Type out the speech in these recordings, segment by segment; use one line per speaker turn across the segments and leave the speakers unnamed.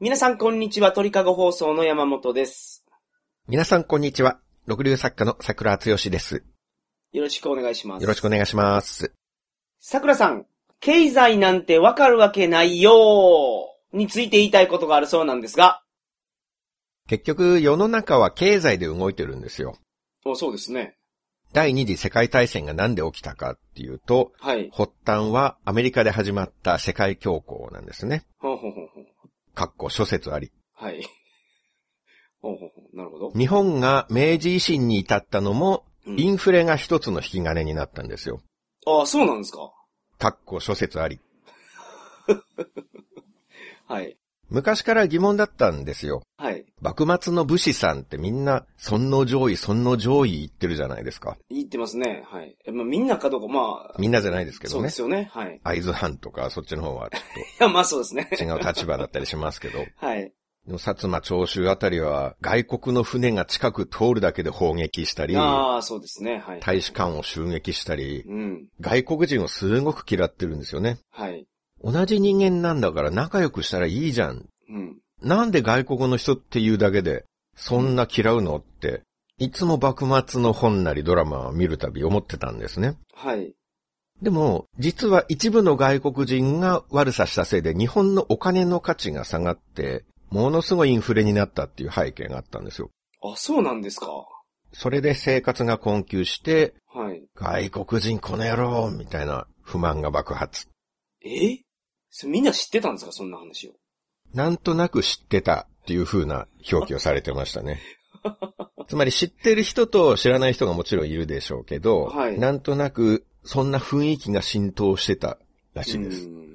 皆さんこんにちは、鳥かご放送の山本です。
皆さん、こんにちは。六流作家の桜敦義です。
よろしくお願いします。
よろしくお願いします。
桜さん、経済なんてわかるわけないよについて言いたいことがあるそうなんですが。
結局、世の中は経済で動いてるんですよ。
おそうですね。
第二次世界大戦がなんで起きたかっていうと、
はい。
発端はアメリカで始まった世界恐慌なんですね。
ほうほうほうほう。
かっこ諸説あり。
はい。ほうほうほう。なるほど。
日本が明治維新に至ったのも、
うん
インフレが一つの引き金になったんですよ。
ああ、そうなんですか。
かっこ諸説あり。
はい。
昔から疑問だったんですよ。
はい。
幕末の武士さんってみんな、尊王上位、尊王上位言ってるじゃないですか。
言ってますね。はい。えまあ、みんなかどうか、まあ、
みんなじゃないですけ
そ
ど
うで
ね。
すよね。はい。い
合図藩とか、そっちの方はちょ
や、まあそうですね
っ。と違う立場だったりしますけど、
はい。
でも薩摩長州あたりは、外国の船が近く通るだけで砲撃したり、
ああ、そうですね。はい。
大使館を襲撃したり、
うん。
外国人をすごく嫌ってるんですよね。
はい。
同じ人間なんだから仲良くしたらいいじゃん。
うん。
なんで外国の人っていうだけで、そんな嫌うのって、いつも幕末の本なりドラマを見るたび思ってたんですね。
はい。
でも、実は一部の外国人が悪さしたせいで日本のお金の価値が下がって、ものすごいインフレになったっていう背景があったんですよ。
あ、そうなんですか。
それで生活が困窮して、
はい。
外国人この野郎みたいな不満が爆発。
えそれみんな知ってたんですかそんな話を。
なんとなく知ってたっていう風な表記をされてました ね。つまり知ってる人と知らない人がもちろんいるでしょうけど、
はい
なんとなくそんな雰囲気が浸透してたらしいで
う
す。
ん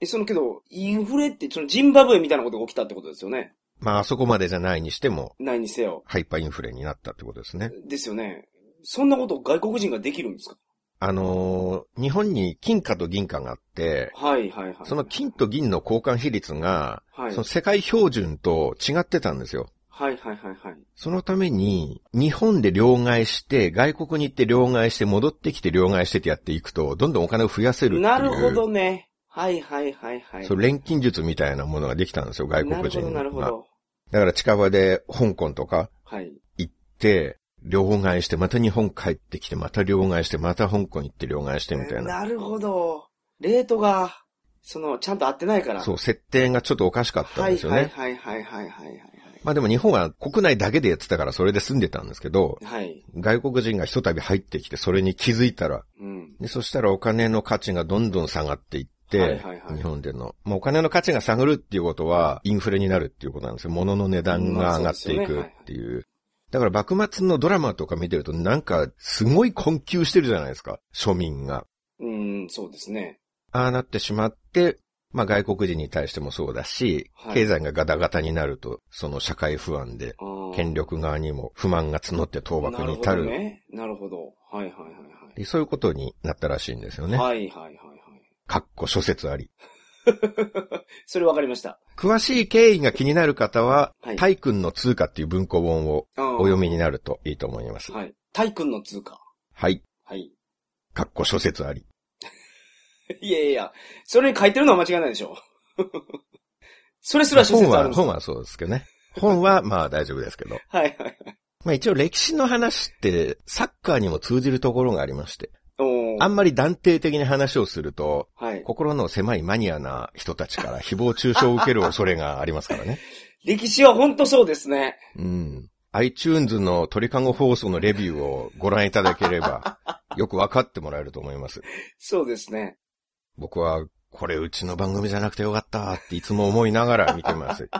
え、そのけど、インフレって、そのジンバブエみたいなことが起きたってことですよね。
まああそこまでじゃないにしても、
ないにせよ。
ハイパーインフレになったってことですね。
ですよね。そんなこと外国人ができるんですか
あのー日本に金貨と銀貨があって、
はいはいはい。
その金と銀の交換比率が、
はい。
その世界標準と違ってたんですよ。
はいはいはいはい。
そのために、日本で両替して、外国に行って両替して、戻ってきて両替してってやっていくと、どんどんお金を増やせるっていう。
なるほどね。はいはいはいはい。
そう、錬金術みたいなものができたんですよ、外国人が。
なるほどなるほど。
だから近場で香港とか
はい。
行って、両替して、また日本帰ってきて、また両替して、また香港行って両替してみたいな。
るほど。レートが、その、ちゃんと合ってないから。
そう、設定がちょっとおかしかったんですよね。
はいはいはいはいはいはい
まあでも日本は国内だけでやってたからそれで住んでたんですけど、
はい。はい。
外国人が一度入ってきてそれに気づいたら、
うん。
でそしたらお金の価値がどんどん下がっていって、
はいはいはい
日本での。まあお金の価値が下がるっていうことは、インフレになるっていうことなんですよ。物の値段が上がっていくっていう。だから幕末のドラマとか見てるとなんかすごい困窮してるじゃないですか。庶民が。
うん、そうですね。
ああなってしまって、まあ外国人に対してもそうだし、
はい
経済がガタガタになると、その社会不安で権
力
力側にも不満が募って倒幕に至
なるほど
る
ね。なるほど。はいはいはいはい。
そういうことになったらしいんですよね。
はいはいはいは
かっこ諸説あり。
い。それわかりました。
詳しい経緯が気になる方は、
はい
タイ君の通貨っていう文庫本をお
お
読みになるといいと思います。
はい。タイ君の通貨。
はい。
はい。
かっこ諸説あり。
いやいやいや、それに書いてるのは間違いないでしょう。 それすら諸
本
説あるん
は、
です
本
か
はそうですけどね。本は、まあ大丈夫ですけど。
はいはい。
まあ一応歴史の話って、サッカーにも通じるところがありまして。
おー
あんまり断定的な話をすると、
はい。
心の狭いマニアな人たちから誹謗中傷を受ける恐れがありますからね。
歴史は本当 そうですね。
うん。iTunes の鳥かご放送のレビューをご覧いただけ れば、よくわかってもらえると思います。
そうですね。
僕は、これうちの番組じゃなくてよかったっていつも思いながら見て ます。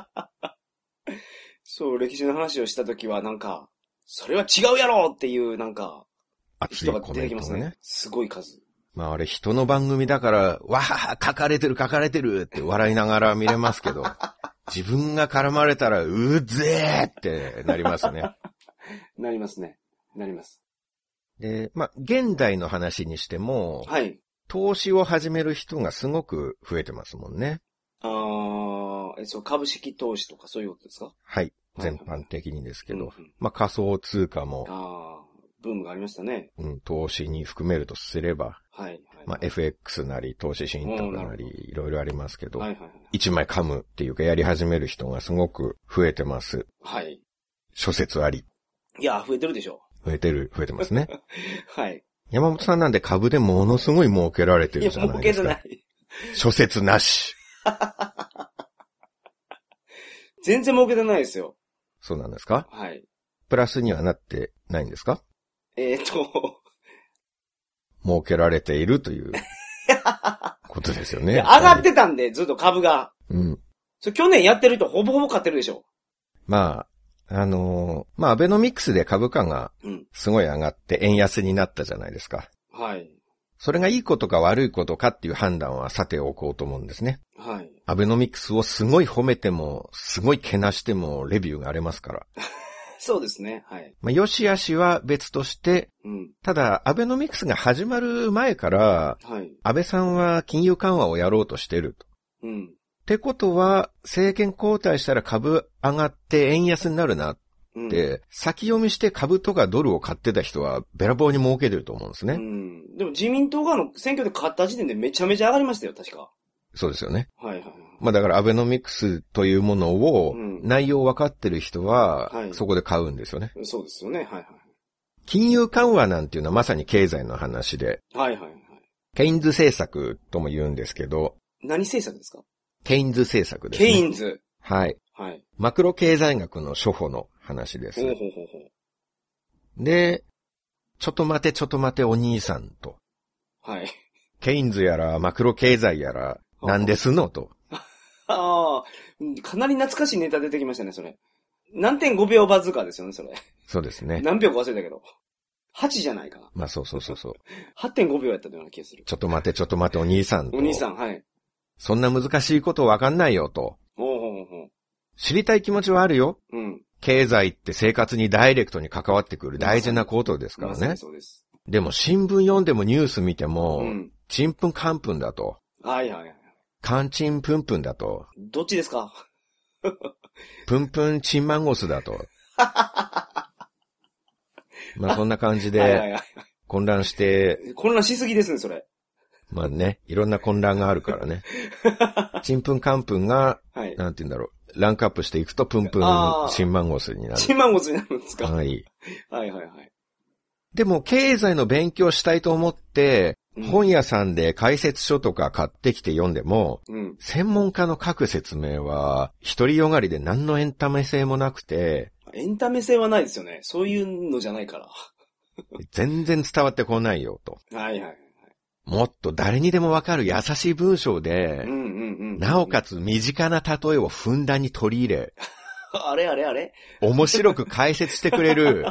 そう、歴史の話をしたときはなんか、それは違うやろっていうなんか、
熱い
人が
コ
出
メ
て
ン
き
ト
ます
が
ね
ね。。
すごい数。
まああれ人の番組だから、わはは書かれてる書かれてるって笑いながら見れま すけど、自分が絡まれたらうぜーってなりますね。
なりますね。なります。
で、まあ現代の話にしても、
はい。
投資を始める人がすごく増えてますもんね。
あーえ、そう、株式投資とかそういうことですか
はい。
はい
全般的にですけど。
うんうん
まあ、仮想通貨も
あブームがありましたね。
うん、投資に含めるとすれば、
はい。はい
まあ、FX なり、投資信託な
おーなるほど
り、いろいろありますけど、
はいはい
一枚噛むっていうか、やり始める人がすごく増えてます。
はい。はい。
諸説あり。
いや、増えてるでしょ。
増えてる、増えてますね。
はい。
山本さんなんで株でものすごい儲けられて
い
る
や、
じゃな
儲
い
け
です
て
か。
ない。
諸説なし。
全然儲けてないですよ。
そうなんですか
はい。
プラスにはなってないんですか
えーっと、
儲けられているという ことですよね。
いや上がっ
やぱ
てたんで、ずっと株が。
りうん。
それ去年やってる人ほぼほぼ買ってるでしょ。
まあ、あのーまあ、アベノミクスで株価が
うん
すごい上がって円安になったじゃないですか。
はい。
それがいいことか悪いことかっていう判断はさておこうと思うんですね。
はい。
アベノミクスをすごい褒めても、すごいけなしてもレビューが荒れますから。
そうですね。はい。
まあ、良し悪しは別として、
うん。
ただ、アベノミクスが始まる前から、
はい。
安倍さんは金融緩和をやろうとしてると。
うん。
ってことは、政権交代したら株上がって円安になるなっ
うん。
て、先読みして株とかドルを買ってた人はべらぼうに儲けてると思うんですね。
うん。でも自民党がの選挙で勝った時点でめちゃめちゃ上がりましたよ、確か。
そうですよね。
はいはいはい。
まあだからアベノミクスというものを
うん
内容分かってる人は
はい
そこで買うんですよね。
そうですよね。はいはい。
金融緩和なんていうのはまさに経済の話で、
はいはいはい。
ケインズ政策とも言うんですけど、
何政策ですか
ケインズ政策です、
ケ
ね。
インズ。
はい。
はい。
マクロ経済学の初歩の話で
ほう
す。
ほうほうほう。
で、ちょっと待てちょっと待てお兄さんと、
はい。
ケインズやらマクロ経済やら、なんですのと。
ああ、かなり懐かしいネタ出てきましたね、それ。何点5秒バズーカですよね、それ。
そうですね。
何秒か忘れたけど。8じゃないかな。
まあそうそうそうそう。
8.5秒やったような気がする。
ちょっと待てちょっと待てお兄さんと。
お兄さん、はい。
そんな難しいことわかんないよと。
ほうほうほうほ
知りたい気持ちはあるよ。
う。うん。
経済って生活にダイレクトに関わってくる大事なことですから
まさ
ね
に。そうです。
でも新聞読んでもニュース見て
う
も、
ん。
ちんぷんかんぷんだと。
はいはいはい。
かんちんぷんぷんだと。
どっちですか
ぷんぷんちんまんごす だと。まあそんな感じ
はいはい
で
は
混乱して、
い。混乱しすぎですね、それ。
まあね、いろんな混乱があるか らね。ちんぷんかんぷんが、
はい。
なんて言うんだろう。ランクアップしていくとぷんぷん
あー
ちんまんごすにな
チ
る。
ンマンゴスになるんですか
はい。
はいはいはい。
でも経済の勉強したいと思って、
うん
本屋さんで解説書とか買ってきて読んでも、
うん。
専門家の書く説明は、独りよがりで何のエンタメ性もなくて、
エンタメ性はないですよね。そういうのじゃないから。
全然伝わってこないよと。
はいはい。
もっと誰にでもわかる優しい文章
う
で
ん、うんうん。
なおかつ身近な例えをふんだんに取り入れ、
あれあれあれ
面白く解説してくれ る、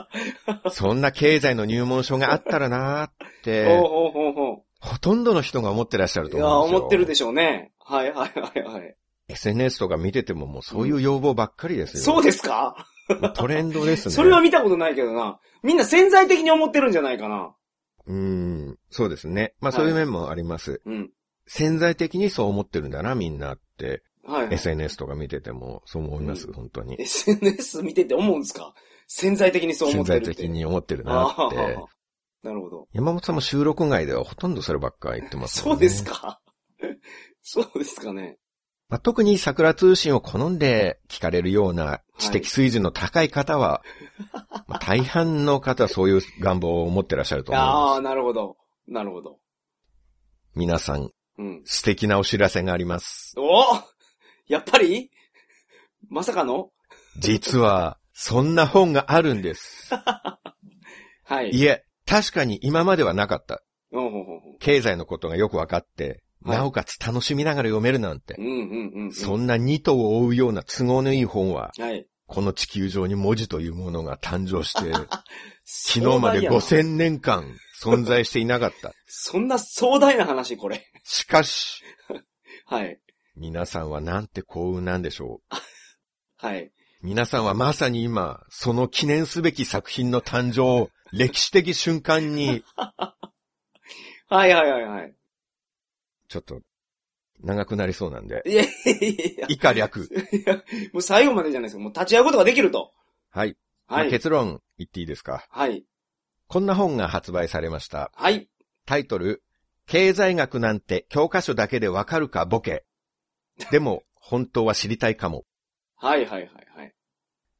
そんな経済の入門書があったらなーっ
ほう
て、
ほうほうほ
ほとんどの人が思ってらっしゃる
う。い
と
や、
思うんですよ。
思ってるでしょうね。はいはいはいはい。
SNS とか見ててももうそういう要望ばっかりですよ。
そうですか
トレンドですね。
それは見たことないけどな。みんな潜在的に思ってるんじゃないかな。
うん、そうですね。まあ
はい
そういう面もあります。
うん。
潜在的にそう思ってるんだな、みんなって。
はい、はい。
SNS とか見ててもそう思います、
うん
本当に。
SNS 見てて思うんですか潜在的にそう思
潜
ってる
在
って。
的に思ってるな
あ
っ
あ
て。。
なるほど。
山本さんも収録外ではほとんどそればっか言ってます
そ
もん
う
ね。
ですか。 そうですかね。
まあ、特に桜通信を好んで聞かれるような知的水準の高い方は、まあ大半の方はそういう願望を持ってらっしゃると思
あ
い
あ、
ます。
なるほど。なるほど。
皆さん、
うん。
素敵なお知らせがあります。
おやっぱりまさかの
実は、そんな本があるんです。
はい。
いえ、確かに今まではなかった。
うん、ほうほうほ
経済のことがよくわかって、
はい
なおかつ楽しみながら読めるなんて
う。う、ん、うん、うん。
そ
ん
んな2頭を追うような都合のいい本は、
はい。
この地球上に文字というものが誕 生して、
昨
昨日まで。5000年間存在していなかった。
そんな壮大な話、これ。
しかし、
はい。
皆さんはなんて幸運なんでしょう。
はい。
皆さんはまさに今、その記念すべき作品の誕生、歴史的瞬間に、
はいはいはいはい。
ちょっと、長くなりそうなんで、
いやいやいやい
以下略。
やいや。もう最後までじゃないですか。もう立ち会うことができると。
はい。ま
は
あ
い。
結論言っていいですか
はい。
こんな本が発売されました。
はい。
タイトル、経済学なんて教科書だけでわかるかボケ。でも、本当は知りたいかも。
はいはいはいはい。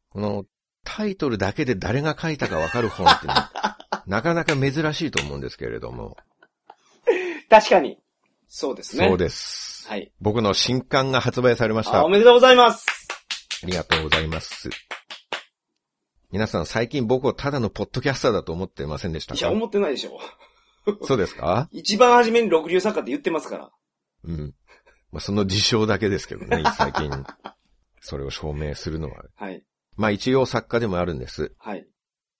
この、タイトルだけで誰が書いたかわかる本ってね、 なかなか珍しいと思うんですけれども。
確かに。そうですね。
そう
で
です。
はい。
僕の新刊が発売されました。
あお
あ
めでとうございます。
りがとうございます。皆さん最近僕をただのポッドキャスターだと思ってませんでした
いや、
か
思ってないでしょ。
そうですか
一番初めに六流作家って言ってますから。
うん。まあ、その事象だけですけど ね、最近。それを証明するのは。
はい。
まあ一応作家でもあるんです。
はい。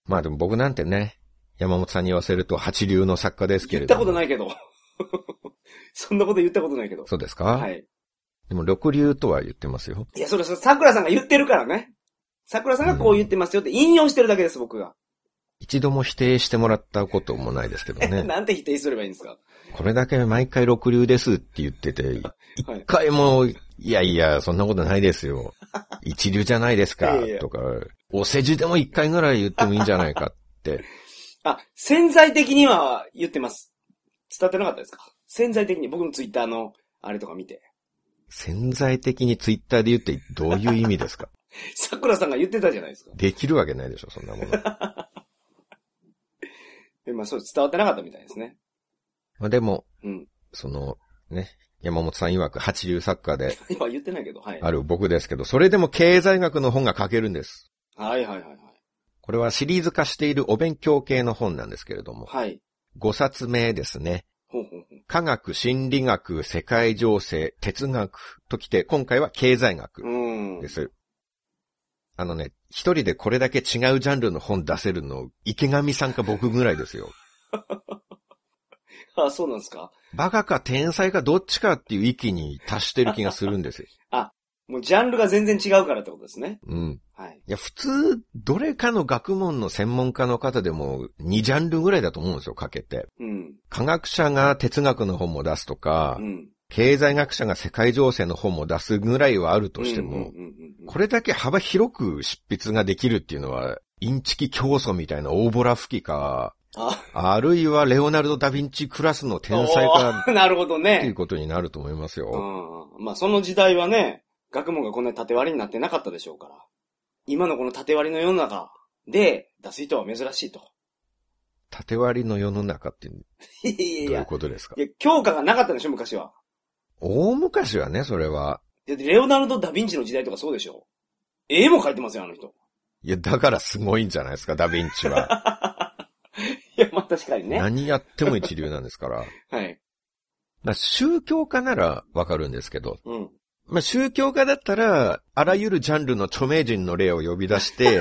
まあでも僕なんてね、山本さんに言わせると八流の作家ですけ
言っ
れど
たこ
も。
と
い。
ないけど。 そんなこと言ったことないけど。
そうですか
は。い。
でも六流とは言ってますよ。
いや、それ、それ、桜さんが言ってるからね。桜さんがこう言ってますよって引用してるだけです、僕が。
一度も否定してもらったこともないですけど ね。
なんて否定すればいいんですか
これだけ毎回六流ですって言ってて、
はい
一。回も、いやいや、そんなことないです よ。一流じゃないですか
いやいや、
とか、お世辞でも一回ぐらい言ってもいいんじゃないかって。
あ、潜在的には言ってます。伝ってなかったですか潜在的に僕のツイッターのあれとか見て。
潜在的にツイッターで言ってどういう意味ですか
桜さんが言ってたじゃないですか。
できるわけないでしょ、そん なもの。
でまあそう伝わってなかったみたいですね。
まあでも、
うん
その、ね、山本さん曰く八流作家で
今言ってないけど、はい。
あ
はい
る僕ですけど、それでも経済学の本が書けるんです。
はいはいはい。
これはシリーズ化しているお勉強系の本なんですけれども、
はい。
5冊目ですね。
ほうほうほう。
科学、心理学、世界情勢、哲学ときて、今回は経済
う
学
ーん。
です。あのね、一人でこれだけ違うジャンルの本出せるの、池上さんか僕ぐらいですよ。
あ、そうなんですか
バカか天才かどっちかっていう域に達してる気がするんですよ。
もうジャンルが全然違うからってことですね。
うん。
はい。
いや、普通、どれかの学問の専門家の方でも、2ジャンルぐらいだと思うんですよ、かけて。
うん。
科学者が哲学の本も出すとか
う、ん。
経済学者が世界情勢の本も出すぐらいはあるとして
うんうん
も
う、んうんうん
これだけ幅広く執筆ができるっていうのは、インチキ競争みたいな大ボラ吹きか、
あ、
あるいはレオナルド・ダ・ヴィンチクラスの天才か、
おー なるほど
っていう
ね。
ことになると思います
う
よ。
んうん。まあその時代はね、学問がこんなに縦割りになってなかったでしょうから。今のこの縦割りの世の中で出す人は珍しいと。
縦割りの世の中ってど
いやいうやい
いう
や。
ことですか
いや、強化がなかったでしょ、昔は。
大昔はね、それは。
だってレオナルド・ダ・ヴィンチの時代とかそうでしょ。絵も描いてますよ、あの人。
いや、だからすごいんじゃないですか、ダヴィンチは。
いや、まあ確か にね。
何やっても一流なんですから。
はい。
まあ、宗教家ならわかるんですけど、
うん。
まあ、宗教家だったら、あらゆるジャンルの著名人の例を呼び出して、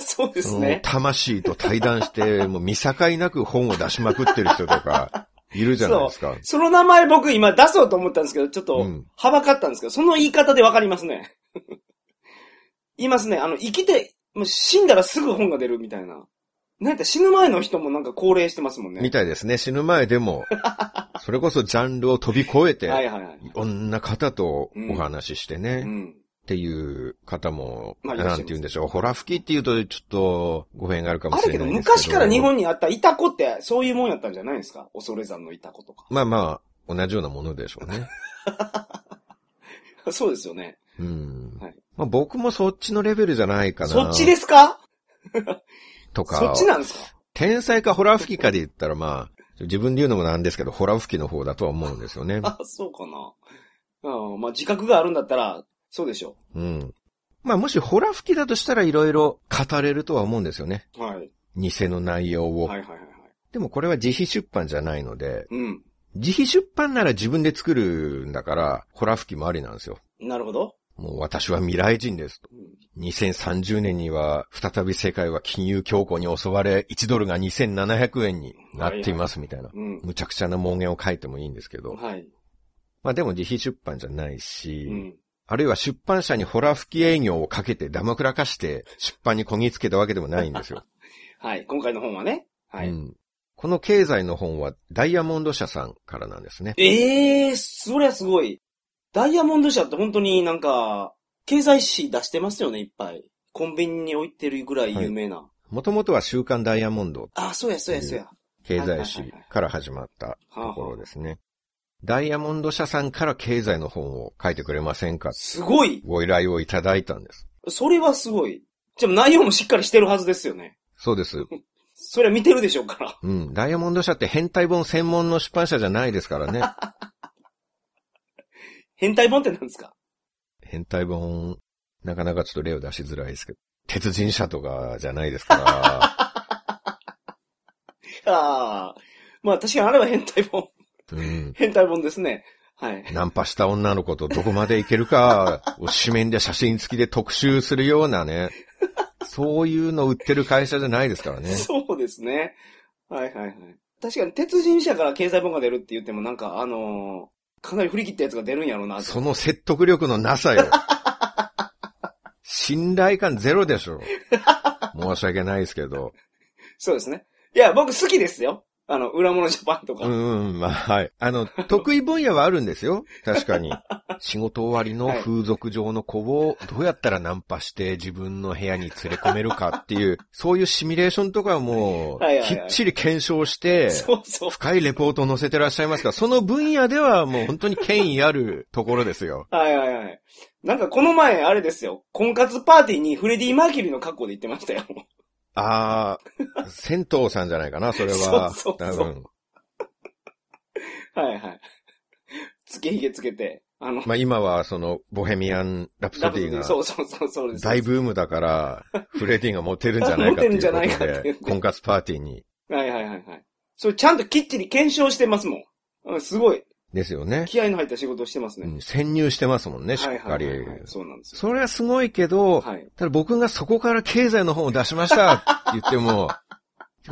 そう です
その
ね。
魂と対談して、もう見境なく本を出しまくってる人とか、いるじゃないですか。
その名前僕今出そうと思ったんですけど、ちょっ
う
と、
ん。
はばかったんですけど、その言い方でわかりますね。言いますね。あの、生きて、もう死んだらすぐ本が出るみたいな。なんやったら死ぬ前の人もなんか高齢してますもんね。
みたいですね。死ぬ前でも、それこそジャンルを飛び越え
はい
て、
はいはい。
いろんな方とお話ししてね。
うん。
っていう方も、
まあいらっしゃいま
な
す
んて言うんでしょう。ホラ吹きっていうとちょっと語弊があるかも
あ
し
る
れ
け
な
ど、
いですけど。
昔から日本にあったイタコって、そういうもんやったんじゃないですか恐山のイタコとか。
まあまあ、同じようなものでしょうね。
そうですよね。
うん。
はい
まあ僕もそっちのレベルじゃないかな。
そっちですか
とか。
そっちなんですか
天才かホラ吹きかで言ったらまあ、自分で言うのもなんですけど、ホラ吹きの方だとは思うんですよね。
あ、そうかな。あまあ、自覚があるんだったら、そうでしょ
うん。まあもしホラ吹きだとしたらいろいろ語れるとは思うんですよね。
う。はい。
偽の内容を。
はいはいはいはい。
でもこれは自費出版じゃないので、
うん。
自費出版なら自分で作るんだから、ホラ吹きもありなんですよ。
なるほど。
もう私は未来人ですと。
うん
2030年には、再び世界は金融恐慌に襲われ、1ドルが2700円になっていますみたいな。
うん。
むちゃくちゃな文言を書いてもいいんですけど。
はい。
まあでも自費出版じゃないうし、
ん。
あるいは出版社にホラ吹き営業をかけてダマくらかして出版にこぎつけたわけでもないんですよ。
はい。今回の本はね。 は
う
い。
んこの経済の本はダイヤモンド社さんからなんですね。
ええー、そりゃすごい。ダイヤモンド社って本当になんか、経済誌出してますよね、いっぱい。コンビニに置いてるぐらい有名な。
もともとは週刊ダイヤモンド、
あ、そうや、そうや、そうや。
経済誌から始まったところですね。ダイヤモンド社さんから経済の本を書いてくれませんか
すごい
ご依頼をいただいたんです。
それはすごい。じゃあ内容もしっかりしてるはずですよね。
そうです。
それは見てるでしょうから。
うん。ダイヤモンド社って変態本専門の出版社じゃないですからね。
変態本ってなんですか
変態本、なかなかちょっと例を出しづらいですけど、鉄人社とかじゃないですか
ああ。まあ確かにあれは変態本。
ら。うん。
変態本ですね。はい。
ナンパした女の子とどこまでいけるかを紙面で写真付きで特集するようなね。そういうの売ってる会社じゃないですか らね。
そうですね。はいはいはい。確かに、鉄人社から経済本が出るって言っても、なんか、あのーかなり振り切ったやつが出るんやろうな、
その説得力のなさよ。信頼感ゼロでしょ。申し訳ないですけど。
そうですね。いや、僕好きですよ。あの、裏物ジャパンとか。
うんうん、まあ、はい。あの、得意分野はあるんですよ。確かに。仕事終わりの風俗上の子をどうやったらナンパして自分の部屋に連れ込めるかっていう、そういうシミュレーションとかも
はいはいは、い
きっちり検証して、
そうそう。
深いレポートを載せてらっしゃいますから、その分野ではもう本当に権威あるところですよ。
はいはいはい。なんかこの前、あれですよ。婚活パーティーにフレディ・マーキュリーの格好で行ってましたよ。
ああ、銭湯さんじゃないかな、それは。
そうそう
多
そう
分。
はいはい。つけひげつけて。あの、
まあ今はその、ボヘミアン・ラプソディが
そうそうそう、そうです。
大ブームだから、フレディがモテるんじゃないかっ
モ
ていう
テるんじ
こ
ゃないかっ
と
ていう
で、婚活パーティーに。
はいはいはいはい。それちゃんときっちり検証してますもんうん。すごい。
ですよね。
気合の入った仕事をしてますね。
うん潜入してますもんね、し
はい
っ
は
か
い
り。
はいはい。そうなんですよ。
それはすごいけど、
はい。
ただ僕がそこから経済の本を出しましたって言っても、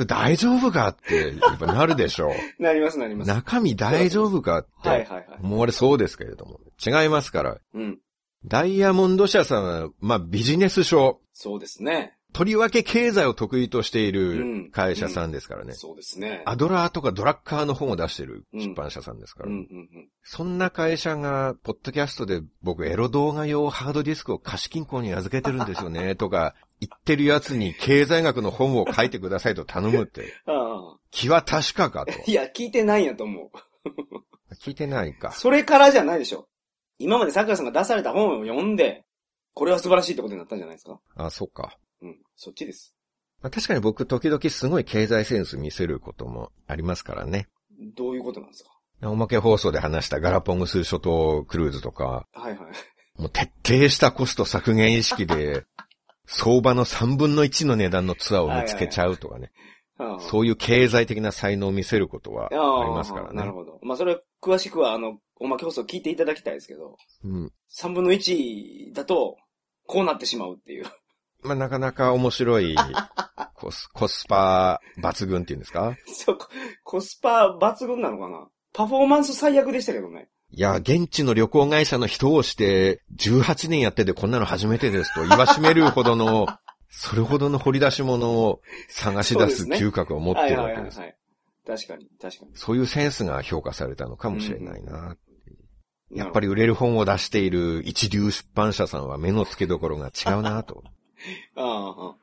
大丈夫かって、やっぱなるでしょ
なります なり
う。
ます。
中身大丈夫かっ
はいはい
て
はい。
思われそうですけれども。違いますから。
うん。
ダイヤモンド社さんは、まあビジネス書、
そうですね。
とりわけ経済を得意としていうる
ん
会社さんですからね。
そうですね。
アドラーとかドラッカーの本を出してる出版社さんですか
う
ら。
んうん
そんな会社が、ポッドキャストで僕エロ動画用ハードディスクを貸金庫に預けてるんですよね、とか、 言ってるやつに経済学の本を書いてくださいと頼むって、
うん。ああ。
気は確かかと。
いや、聞いてないんやと思う。
聞いてないか。
それからじゃないでしょ。今まで桜さんが出された本を読んで、これは素晴らしいってことになったんじゃないですか
あ、そっか。
うん。そっちです。
まあ確かに僕時々すごい経済センス見せることもありますからね。
どういうことなんですか
おまけ放送で話したガラポングス諸島クルーズとか、
はいはい。
もう徹底したコスト削減意識で、 相場の3分の1の値段のツアーを見つけちゃうとかね。
ああ
そういう経済的な才能を見せることはありますから
なる
ね。
ほど。まあ、それは詳しくは、あの、おまけ放送聞いていただきたいですけど、
うん。
3分の1だと、こうなってしまうっていう。
まあ、なかなか面白い コス、コスパ抜群っていうんですか
そう、ココスパ抜群なのかなパフォーマンス最悪でしたけどね。
いや、現地の旅行会社の人をして、18年やっててこんなの初めてですと言わしめるほどの、 それほどの掘り出し物を探し出す嗅覚を持って
はい
るわ
はい
け
はい
です。
はい。確かに、確か
そういうセンスが評価されたのかもしれないな。
に。
やっぱり売れる本を出している一流出版社さんは目の付けどころが違うなと。
なるほど。ああ、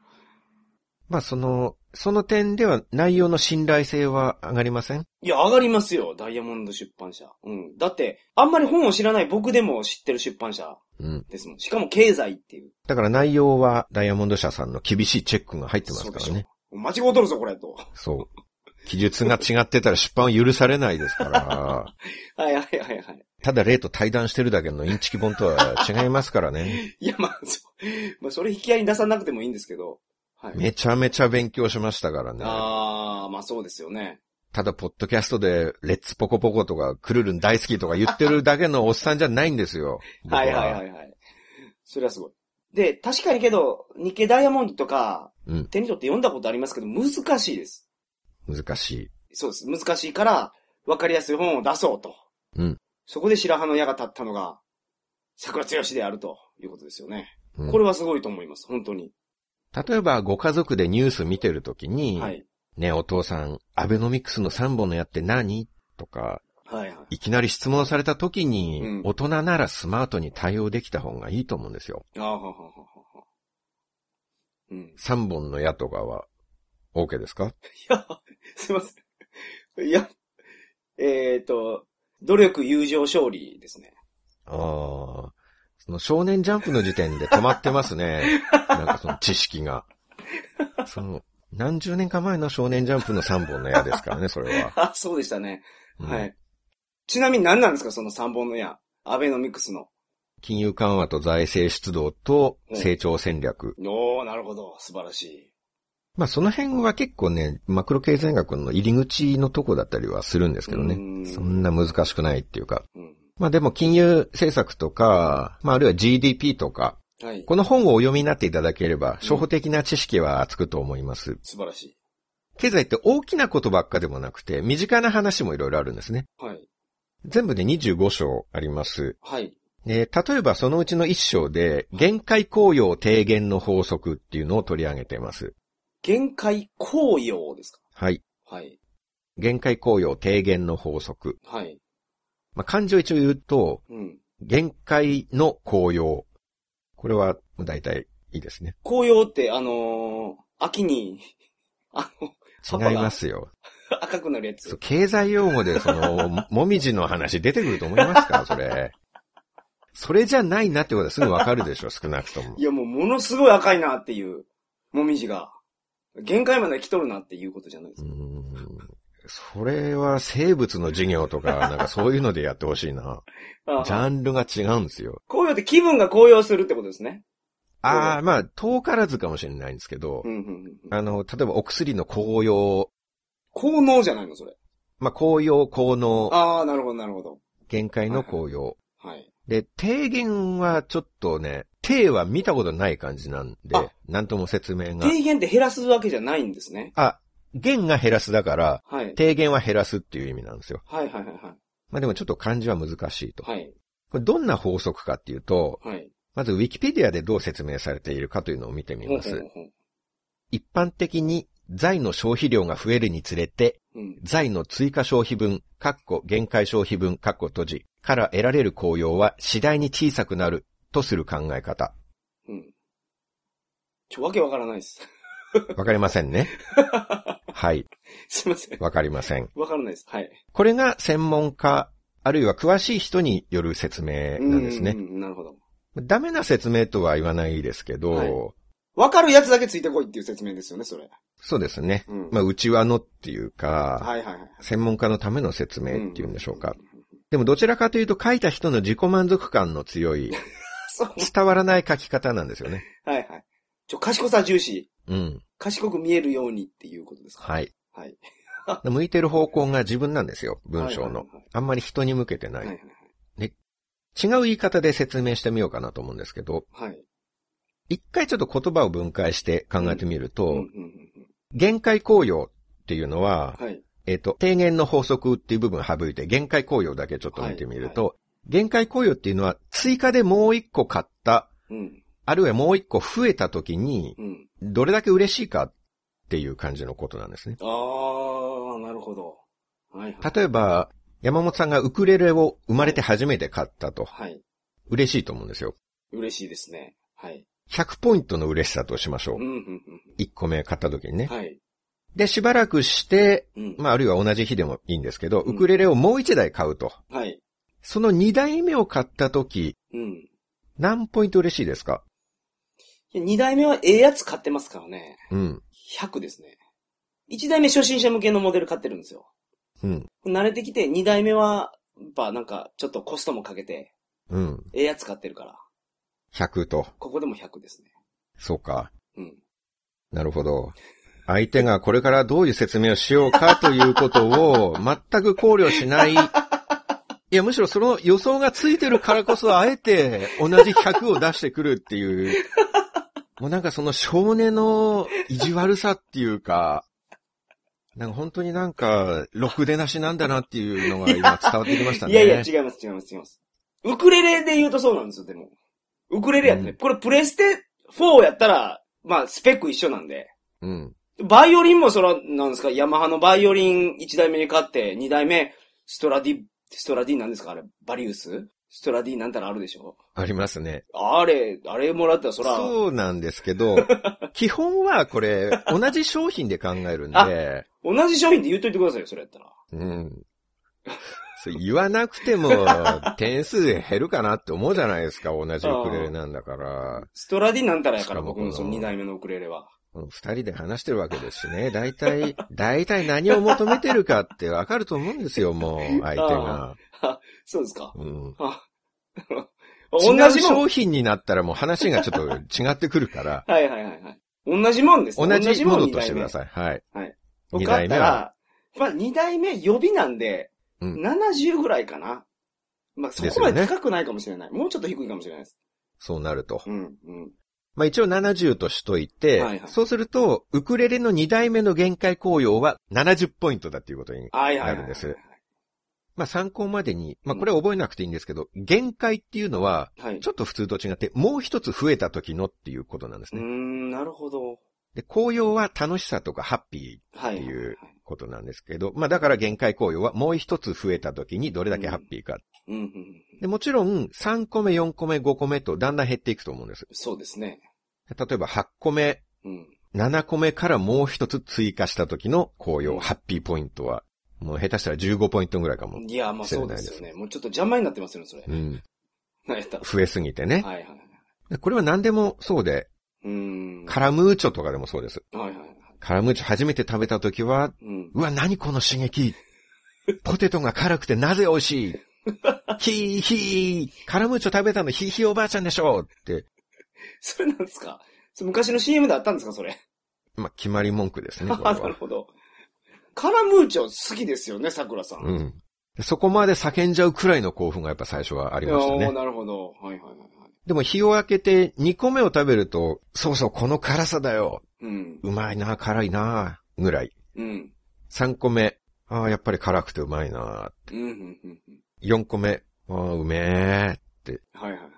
まあその、その点では内容の信頼性は上がりません
いや、上がりますよ、ダイヤモンド出版社。うん。だって、あんまり本を知らない僕でも知ってる出版社
うん。
ですもん。しかも経済っていう。
だから内容はダイヤモンド社さんの厳しいチェックが入ってま
そ
す
う
か
でし
ら
ょ
ね。
間違うとるぞ、これ、と。
そう記述が違ってたら出版は許されないで すから。
はいはいはいはい。
ただ例と対談してるだけのインチキ本とは違いますからね。
いや、まあ、そう。まあ、それ引き合いに出さなくてもいいんですけど。はい。
めちゃめちゃ勉強しましたからね。
ああ、まあそうですよね。
ただ、ポッドキャストで、レッツポコポコとか、クルルン大好きとか言ってるだけのおっさんじゃないんですよ。僕
はいはいはいはい。それはすごい。で、確かにけど、日経ダイヤモンドとか、
うん
手に取って読んだことありますけど、難しいです。
難しい。
そうです。難しいから、わかりやすい本を出そうと。
うん
そこで白羽の矢が立ったのが、桜強しであるということですよね。
うん
これはすごいと思います、本当に。
例えば、ご家族でニュース見てるときに、
はい。
ね、お父さん、アベノミクスの3本の矢って何とか、
はいはい。
いきなり質問されたときに、
うん
大人ならスマートに対応できた方がいいと思うんですよ。
ああ、ははははは。うん。
3本の矢とかは、OK ですか
いや、すいません。いや、えっ、と、努力、友情、勝利ですね。
ああ。その少年ジャンプの時点で止まってま すね。なんかその知識が。その、何十年か前の少年ジャンプの3本の矢ですからね、それは。
あ、 そうでしたね。
うん
はい。ちなみに何なんですかその3本の矢。アベノミクスの。
金融緩和と財政出動と成長戦略。
おー、なるほど。素晴らしい。
まあその辺は結構ね、マクロ経済学の入り口のとこだったりはするんですけど
うーん
ね。そんな難しくないっていうか。
うん。
まあでも金融政策とか、まああるいは GDP とか、
はい。
この本をお読みになっていただければ、初歩的な知識はつくと思います。
素晴らしい。
経済って大きなことばっかでもなくて、身近な話もいろいろあるんですね。
はい。
全部で25章あります。
はい。
で、例えばそのうちの1章で、限界効用低減の法則っていうのを取り上げています。
限界紅葉ですか
はい。
はい。
限界効用低減の法則。
はい。
まあ、漢字を一応言うと、
うん。
限界の効用。これは、大体いいですね。
紅葉って、あのー秋に、 あの、パパが
違いますよ。
赤くなるや
そう
つ。
経済用語で、その、 ももみじの話出てくると思いますかそれ。それじゃないなってことはすぐわかるでしょ、少なくとも
い。や、もうものすごい赤いなっていう、もみじが。限界まで来とるなっていうことじゃないです
うー
か。
んそれは生物の授業とか、なんかそういうのでやってほしいな。
あ
ジャンルが違うんですよ。
紅葉って気分が高揚するってことですね。
ああ、まあ、遠からずかもしれないんですけど
う、んうんうんうん。
あの、例えばお薬の効用、
効能じゃないの、それ。
まあ、効用、効能、
ああ、なるほど、なるほど。
限界の効用。
はい。
で、低減はちょっとね、低は見たことない感じなんで
あ、
なんとも説明が。
低減って減らすわけじゃないんですね。
あ、減が減らすだから、
はい。
低減は減らすっていう意味なんですよ。
はいはいはいはい。
まあ、でもちょっと漢字は難しいと。
はい。
これどんな法則かっていうと、
はい。
まず、ウィキペディアでどう説明されているかというのを見てみ
ほう
ま
ほうほ
す
う。ほう
一般的に、財の消費量が増えるにつれて、
うん。
財の追加消費分、かっこ限界消費分、かっこ閉じ、から得られる効用は次第に小さくなるとする考え方。
うん。ちょ、わけわからないです。
わかりませんね。はい、
すいません。
わかりません。
わからないです。はい。
これが専門家、あるいは詳しい人による説明なんです
う
ね。
ん。なるほど。
ダメな説明とは言わないですけど、
はいわかるやつだけついてこいっていう説明ですよね、それ。
そうですね。
うん。
まあ、内輪のっていうか、
はいはいはい。
専門家のための説明っていうんでしょうか。
ん。
でもどちらかというと書いた人の自己満足感の強 い、
そう。
伝わらない書き方なんですよね。
はいはい。ちょ、賢さ重視。
うん。
賢く見えるようにっていうことですか
はい。
はい。
向いてる方向が自分なんですよ、文章
は
の
いはいはいはい。
あんまり人に向けてな。
はいいはい
違う言い方で説明してみようかなと思うんですけど、
はい。はい。
一回ちょっと言葉を分解して考えてみると、
うんうんうんうん
限界効用っていうのは、
はい。
えっ、と、低減の法則っていう部分省いて、限界効用だけちょっと見てみると、
は
限界効用っていうのは、追加でもう一個買った、
うん。
あるいはもう一個増えた時に、
うん。
どれだけ嬉しいかっていう感じのことなんですね。
あー、なるほど。はいはい。
例えば、山本さんがウクレレを生まれて初めて買ったと、
はい。
嬉しいと思うんですよ。
嬉しいですね。はい。
100ポイントの嬉しさとしましょ
う、
うん
う。ん、う
1個目買った時に
ん。
ね。
はい。
で、しばらくして、
うん。
まあ、あるいは同じ日でもいいんですけど、
うん
ウクレレをもう1台買うと。
はい。
その2台目を買った時、
うん。
何ポイント嬉しいですか
いや二代目はええやつ買ってますからね。
うん。
100ですね。一代目初心者向けのモデル買ってるんですよ。
うん。
慣れてきて、二代目は、やっぱなんか、ちょっとコストもかけて、
うん。
ええやつ買ってるから、
100と。
ここでも100ですね。
そうか。
うん。
なるほど。相手がこれからどういう説明をしようかということ を全く考慮しない。いや、むしろその予想がついてるからこそ、あえて同じ100を出してくるっていう。もうなんかその少年の意地悪さっていうか、なんか本当になんか、ろくでなしなんだなっていうのが今伝わってきましたね。
いやいや、違います、違います、違います。ウクレレで言うとそうなんですよ、でも。ウクレレやってね、
うん
これプレステ4やったら、まあ、スペック一緒なんで。
うん。
バイオリンもそら、なんですか、ヤマハのバイオリン1代目に買って、2代目、ストラディ、ストラディなんですかあれ、バリウスストラディなんたらあるでしょ
ありますね。
あれ、あれもらったらそら、
そうなんですけど、基本はこれ、同じ商品で考えるんで、
同じ商品で言っといてくださいよ、それやったら。
うん。そう言わなくても、 点数減るかなって思うじゃないですか、同じウクレレなんだから。
ストラディなんたらやから、
しかも
僕
この
のその2代目のウクレレは。
うん二人で話してるわけですしね。大体、大体何を求めてるかってわかると思うんですよ、もう、相手が。
そうですか。
うん。
あ
同
同
じ
じもん。
商品になったらもう話がちょっと違ってくるから、
はいはいはいはい。同じもんです。
同じものとしてくだ
い。
さい。はい。
僕
二
だっ
代
た
目は
ら、まあ2代目予備なんで、
うん
70ぐらいかな。まあそこま
です
で
よね
高くないかもしれない。もうちょっと低いかもしれないです。
そうなると。
うん、うん。
まあ一応70としといて、
はいはい
そうすると、ウクレレの2代目の限界効用は70ポイントだっていうことに。
はいはいはい。
なるんですまあ参考までに、まあこれは覚えなくていいんですけど、限界っていうのは、
はい。
ちょっと普通と違って、もう一つ増えた時のっていうことなんです
うー
ね。
ん、なるほど。
で、紅葉は楽しさとかハッピ
はい。
っていう
はいはい
ーことなんですけど、まあだから限界紅葉はもう一つ増えた時にどれだけハッピーか。
うんうんうん。
で、もちろん3個目、4個目、5個目とだんだん減っていくと思うんです。
そうですね。
例えば8個目、
うん。
7個目からもう一つ追加した時の紅
うん
葉、ハッピーポイントは、もう下手したら15ポイントぐらいかも。
いや、まあそうですよね。もうちょっと邪魔になってますよね、それ
う。ん。
なんや ったら。
増えすぎて
は
ね。
いはい。
でこれは何でもそうで、
うーん。
カラムーチョとかでもそうです。
はいはいはい。
カラムーチョ初めて食べた時は、
うん。
うわ、何この刺激。ポテトが辛くてなぜ美味しい。ヒーヒー。カラムーチョ食べたのヒーヒーおばあちゃんでしょって、
それなんですかそれ昔の CM であったんですか、それ。
まあ、決まり文句ですね、これ
あ なる
は。
ほど。カラムーチョ好きですよね、桜さん。
う
あ
ん。でそこまで叫んじゃうくらいの興奮がやっぱ最初はありましたね。
なるほど。はいはいはいはい。
でも日を明けて2個目を食べると、そうそうこの辛さだよ。
うん。
うまいな、辛いな、ぐらい。
うん。
3個目、ああ、やっぱり辛くてうまいな。
うんうん。うんうん。
4個目、ああ、うめえ。
はいはいはいはい。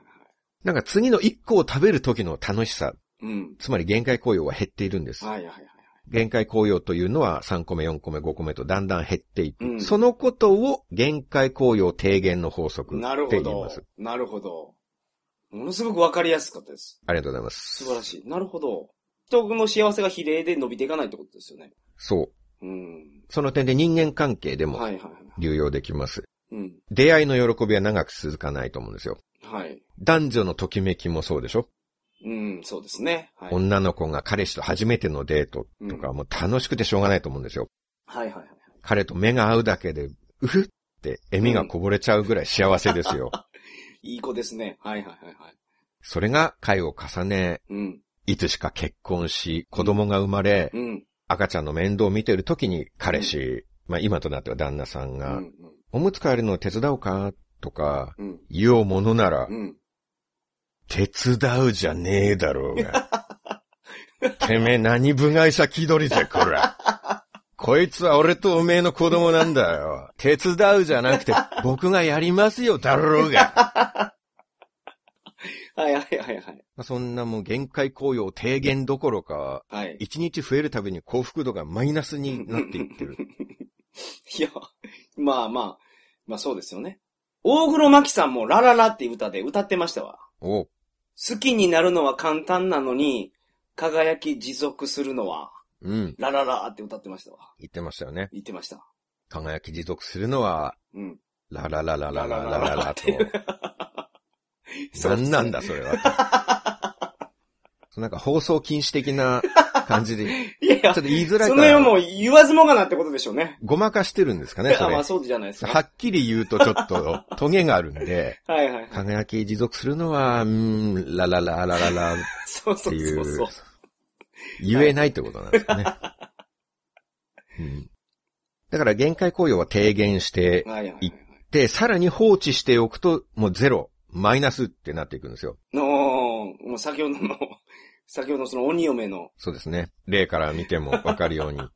なんか次の1個を食べる時の楽しさ、
うん。
つまり限界紅葉は減っているんです。
はいはいはい。
限界紅葉というのは3個目、4個目、5個目とだんだん減っていく。
うん
そのことを限界紅葉低減の法則
なる
って
ほ
言います
ど。。なるほど。ものすごくわかりやすかったです。
ありがとうございます。
素晴らしい。なるほど。人の幸せが比例で伸びていかないってことですよね。
そう。
うん。
その点で人間関係でも
はいはいはい。
流用できます。
うん。
出会いの喜びは長く続かないと思うんですよ。
はい。
男女のときめきもそうでしょ、
うん、そうですね。はい。はい
女の子が彼氏と初めてのデートとか、
う
もう楽しくてしょうがないと思うんですよ。
はいはい。
彼と目が合うだけで、うふって、笑みがこぼれちゃうぐらい幸せですよ。
いい子ですね。はいはいはいはい。
それが回を重ね、
うん。
いつしか結婚し、子供が生まれ、
うん。
赤ちゃんの面倒を見てる時に彼氏、まあ今となっては旦那さん
う
が、
ん。
おむつ替えるの手伝おうかとか、
うん。
言おうものなら
う、ん。
手伝うじゃねえだろうが。てめえ何部外者気取りぜ、こら。こいつは俺とおめえの子供なんだよ。手伝うじゃなくて、僕がやりますよ、だろうが。
はいはいはいはい。
まあそんなもう限界効用低減どころか、
はい。
一日増えるたびに幸福度がマイナスになっていってる。
いや、まあまあ、まあそうですよね。大黒摩季さんもラララっていう歌で歌ってましたわ。
お
好きになるのは簡単なのに、輝き持続するのは、
うん。
ラララって歌ってましたわ。
言ってましたよね。
言ってました。
輝き持続するのは、
うん。
ラララララララララと。
そうです
何
ね
なんだ、それは。なんか放送禁止的な感じで、ち
いやい
ょ
や
っと、言いづらい
そ
か
の世
ら、
も言わずもがなってことでしょうね。
ごまかしてるんですかね、そ
あ
れ
まあ。そうじゃないですか。
はっきり言うとちょっと、トゲがあるんで、
はいはいはい。
輝き持続するのは、うーん、ララララララっ
そうそ
て
う
い
そうそう
う。、言えないってことなんですかね。うんだから限界雇用は低減して
はいはいはいい
っ。で、さらに放置しておくと、もうゼロ、マイナスってなっていくんですよ。
のもう先ほどの、先ほどのその鬼嫁の、
そうですね。例から見てもわかるように。
はい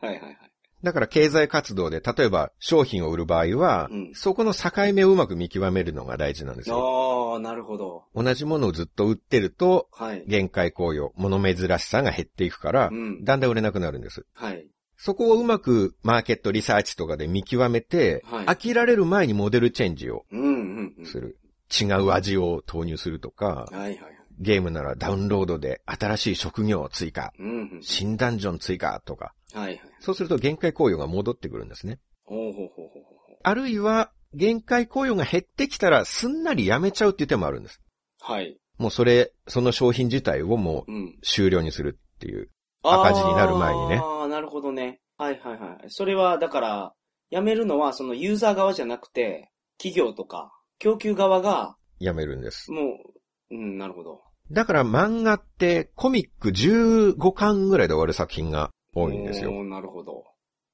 はいはい。
だから経済活動で、例えば商品を売る場合は、
うん
そこの境目をうまく見極めるのが大事なんですよ。
ああ、なるほど。
同じものをずっと売ってると、
はい。
限界効用、物珍しさが減っていくから
う、ん。
だんだん売れなくなるんです。
はい。
そこをうまくマーケットリサーチとかで見極めて、
はい
飽きられる前にモデルチェンジを
うんうんうん。
する。違う味を投入するとか、
はいはいはい。
ゲームならダウンロードで新しい職業を追加、
うんうん。
新ダンジョン追加とか、
はいはい。
そうすると限界雇用が戻ってくるんですね。
ほうほうほうほうほう。
あるいは、限界雇用が減ってきたらすんなりやめちゃうっていう手もあるんです。
はい。
もうそれ、その商品自体をもう
うん。
終了にするっていう。赤字になる前にね
ああ、なるほどね。はいはいはい。それは、だから、やめるのは、そのユーザー側じゃなくて、企業とか、供給側が、
やめるんです。
もう、うん、なるほど。
だから漫画ってコミック15巻ぐらいで終わる作品が多いんです
お
よ。
ーなるほど。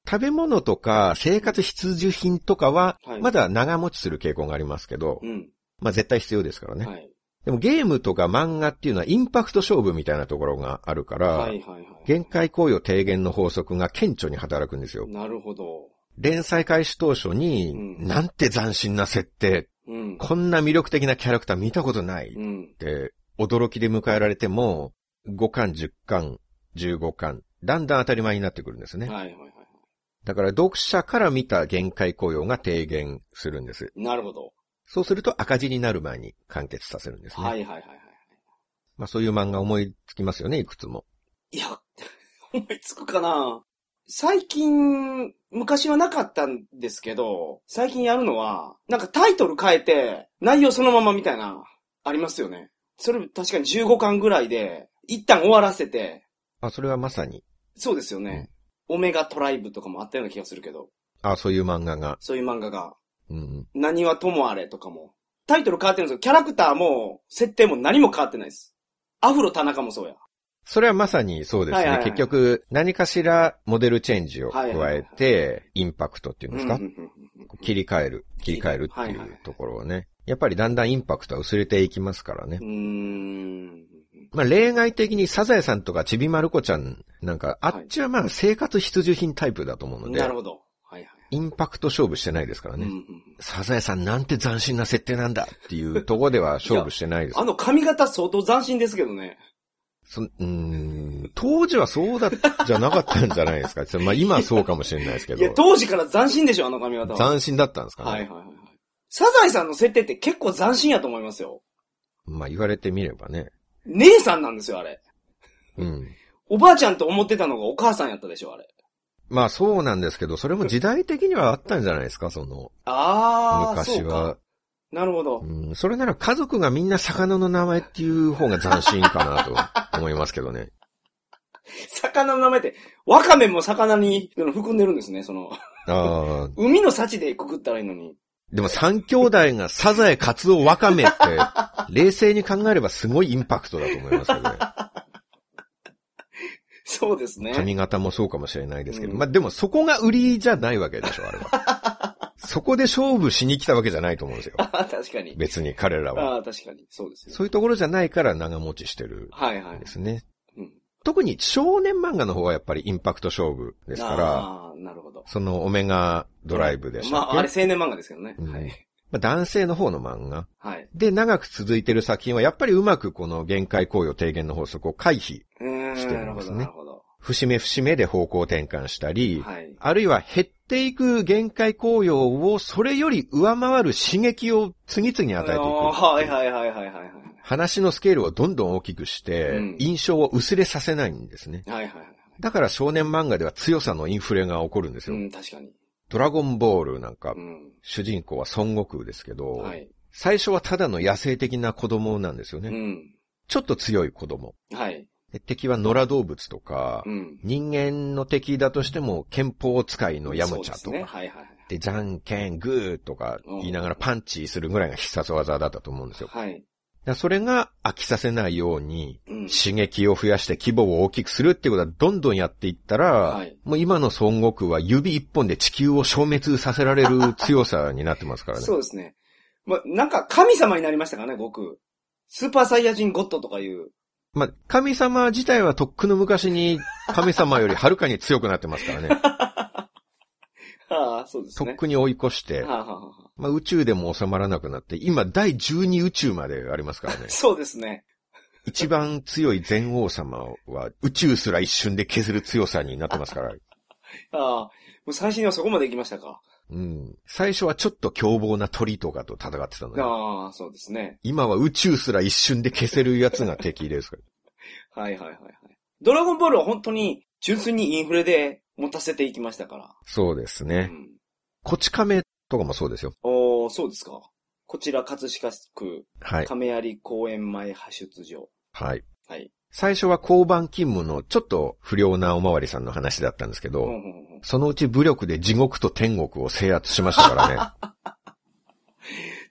食べ物とか生活必需品とかは
はい
まだ長持ちする傾向がありますけど
う、ん。
まあ絶対必要ですからね。
はい。
でもゲームとか漫画っていうのはインパクト勝負みたいなところがあるか
は
ら、
いはいはい。
限界行為を低減の法則が顕著に働くんですよ。
なるほど。
連載開始当初に、
うん
なんて斬新な設定、
うん。
こんな魅力的なキャラクター見たことないっ
うん。
て、驚きで迎えられても、5巻、10巻、15巻、だんだん当たり前になってくるんですね。
はいはいはい。
だから読者から見た限界雇用が低減するんです。
なるほど。
そうすると赤字になる前に完結させるんですね。
はいはいはいはい。
まあそういう漫画思いつきますよね、いくつも。
いや、 思いつくかな最近、昔はなかったんですけど、最近やるのは、なんかタイトル変えて、内容そのままみたいな、ありますよね。それ確かに15巻ぐらいで、一旦終わらせて、
あ、それはまさに、
そうですよね。オメガトライブとかもあったような気がするけど、
あ、そういう漫画が、
そういう漫画が、
うん、
何はともあれとかも。タイトル変わってるんですよ。キャラクターも、設定も何も変わってないです。アフロ田中もそうや。
それはまさにそうですね。
はいはいはい
結局、何かしらモデルチェンジを加
はいはい
えて、インパクトっていうんですか、
うんうんうんうん
切り替える、切り替えるって
はい
い
はいう
ところをね。やっぱりだんだんインパクトは薄れていきますからね
う。ーん。
まあ例外的にサザエさんとかちびまる子ちゃんなんか、あ
はい
っちはまあ生活必需品タイプだと思うので、
なるほど。はいはい。
インパクト勝負してないですからね。
うんうんうん
サザエさんなんて斬新な設定なんだっていうところでは勝負してないです
あ。の髪型相当斬新ですけどね。
そんうーん当時はそうだ、じゃなかったんじゃないですか。ちょまあ今はそうかもしれないですけ
いや、
ど。
当時から斬新でしょ、あの髪型は。
斬新だったんですかね。
はいはいはいはい。サザエさんの設定って結構斬新やと思いますよ。
まあ言われてみればね。
姉さんなんですよ、あれ。
うん。
おばあちゃんと思ってたのがお母さんやったでしょ、あれ。
まあそうなんですけど、それも時代的にはあったんじゃないですか、その、
あー、
昔
そう
は
か。。なるほど
う。ん、それなら家族がみんな魚の名前っていう方が斬新かなと思いますけどね。
魚の名前って、ワカメも魚にその含んでるんですね、その。
ああ、
海の幸でくくったらいいのに。
でも三兄弟がサザエ、カツオ、ワ カメって、冷静に考えればすごいインパクトだと思いますけどね。
そうです ね。
髪型もそうかもしれないですけど、
うん
まあでもそこが売りじゃないわけでしょ、あれは。 そこで勝負しに来たわけじゃないと思うんですよ。
あー 確かに。
別に彼らは。
あー確かに。そうですね。
そういうところじゃないから長持ちしてる
はいはい
んで。すね。
うん。
特に少年漫画の方はやっぱりインパクト勝負ですから、
あーなるほど。
そのオメガドライブでし
ま
たっけ、
あ、あれ青年漫画ですけどね。
うん
はい。
まあ男性の方の漫画。
はい。
で、長く続いてる作品はやっぱりうまくこの限界行為を低減の法則を回避。
うーん
して
な
る
んる
で
ほ
す
ど、
ね
なるほど。
節目節目で方向転換したり、
はい。
あるいは減っていく限界効用をそれより上回る刺激を次々に与えていく。
はいはいはいはいはいはい。
話のスケールをどんどん大きくして、
うん
印象を薄れさせないんですね。
はいはいはい。
だから少年漫画では強さのインフレが起こるんです
う
よ。
ん、確かに。
ドラゴンボールなんか、
うん。
主人公は孫悟空ですけど、
はい。
最初はただの野生的な子供なんですよね。
うん。
ちょっと強い子供。
はい。
で敵は野良動物とか、
うん。
人間の敵だとしても憲法使いのヤムチャ
そ
と
うですね
か、
はいはい
で、じゃんけん、グーとか言いながらパンチするぐらいが必殺技だったと思うんですよ。だか
はい。はい。
らそれが飽きさせないように、
うん。
刺激を増やして規模を大きくするっていうことはどんどんやっていったら、
はい
もう今の孫悟空は指一本で地球を消滅させられる強さになってますからね。
そうですね。ま、なんか神様になりましたからね、悟空。スーパーサイヤ人ゴッドとかいう。
まあ、神様自体はとっくの昔に神様よりはるかに強くなってま すからね。
ああ、そうです
とっ
ね。
くに追い越して、
はあ、はあはあ、
まあ、宇宙でも収まらなくなって、今第12宇宙までありますから ね。
そうですね。
一 番強い全王様は宇宙すら一瞬で削る強さになってますから、
ああ、もう最新はそこまで行きましたか。
うん。最初はちょっと凶暴な鳥とかと戦ってたのよ。
ああ、そうですね。
今は宇宙すら一瞬で消せるやつが敵です から。
はいはいはいはい。ドラゴンボールは本当に純粋にインフレで持たせていきましたか
そうです
ら。う
ね。
ん。
こち亀とかもそうですよ。
おー、そうですか。こちら、葛飾区、
はい。
亀有公園前派出所。
はい。
はい。
最初は交番勤務のちょっと不良なおまわりさんの話だったんですけど、
ほんほんほん
そのうち武力で地獄と天国を制圧しまし たから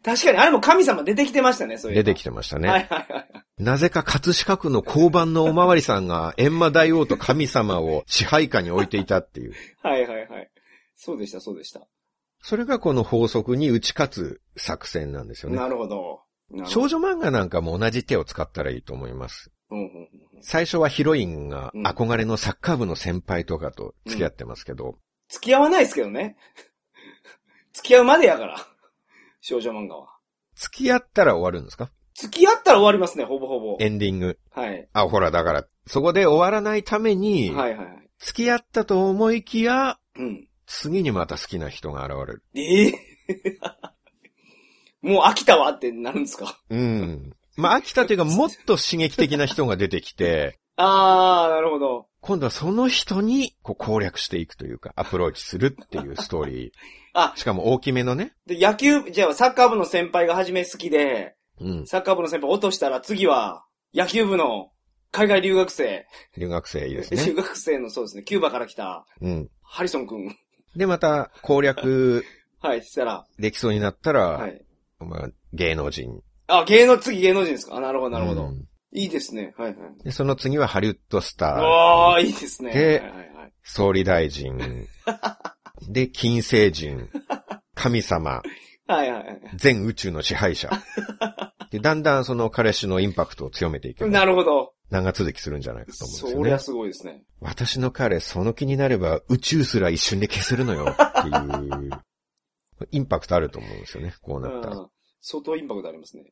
確かに、あれも神様出てきてましたね、そう
ね。
いう。
出てきてましたね。
はいはいはい。
なぜか葛飾区の交番のおまわりさんが閻魔大王と神様を支配下に置いていた っていう。
はいはいはい。そうでした、そうでした。
それがこの法則に打ち勝つ作戦なんですよね。
なるほど。なるほ
少
ど。
女漫画なんかも同じ手を使ったらいいと思います。
うんうんうん
最初はヒロインが
うん
憧れのサッカー部の先輩とかと付き合ってますけど、
付き合わないですけどね。 付き合うまでやから。少女漫画は。
付き合ったら終わるんですか
付き合ったら終わりますね、ほぼほぼ。
エンディング。
はい。
あ、ほら、だから、そこで終わらないために、
はいはいはい。
付き合ったと思いきや、
うん。
次にまた好きな人が現れる。
ええ もう飽きたわってなるんですか
うん。まあ、飽きたというか、もっと刺激的な人が出てき て、
あー、なるほど。
今度はその人にこう攻略していくというか、アプローチするっていうストーリー。
あ
しかも大きめのね。
で、野球、じゃあサッカー部の先輩が初め好きで、
うん。
サッカー部の先輩落としたら次は、野球部の海外留学生。
留学生いいです
留
ね。
学生のそうですね、キューバから来た
うん。
ハリソン君。
で、また攻略
はい、したら、
できそうになったら、
はい。
まあ、芸能人。
あ、芸能、次芸能人ですかあ、なるほど、なるほど。
うん
いいですね。はいはい。
で、その次はハリウッドスタ
あ
ー、
あ、いいですね。
で
はいはいはい、
総理大臣、で、金星人、神様、
はいはいはい
全宇宙の支配者。で、だんだんその彼氏のインパクトを強めていけば、
なるほど。
長続きするんじゃないかと思うんです
そ
よ
りゃ
ね。
すごいですね。
私の彼、その気になれば宇宙すら一瞬で消せるのよっていう、インパクトあると思うんですよね、こう
う
なったら。
ん。相当インパクトありますね。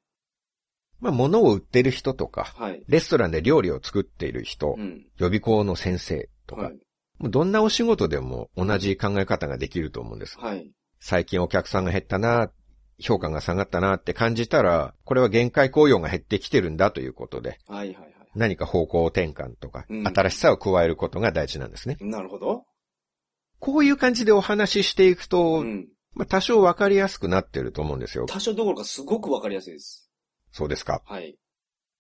まあ、物を売ってる人とか、
はい。
レストランで料理を作っている人
う、ん。
予備校の先生と
は
か
い、。
もうどんなお仕事でも同じ考え方ができると思うんです。
はい。
最近お客さんが減ったな、評価が下がったなって感じたら、これは限界雇用が減ってきてるんだということで、
はいはいはい。
何か方向転換とか、
うん
新しさを加えることが大事なんですね。
なるほど。
こういう感じでお話ししていくと、
うん。
まあ、多少わかりやすくなってると思うんですよ。
多少どころかすごくわかりやすいです。
そうですか。
はい。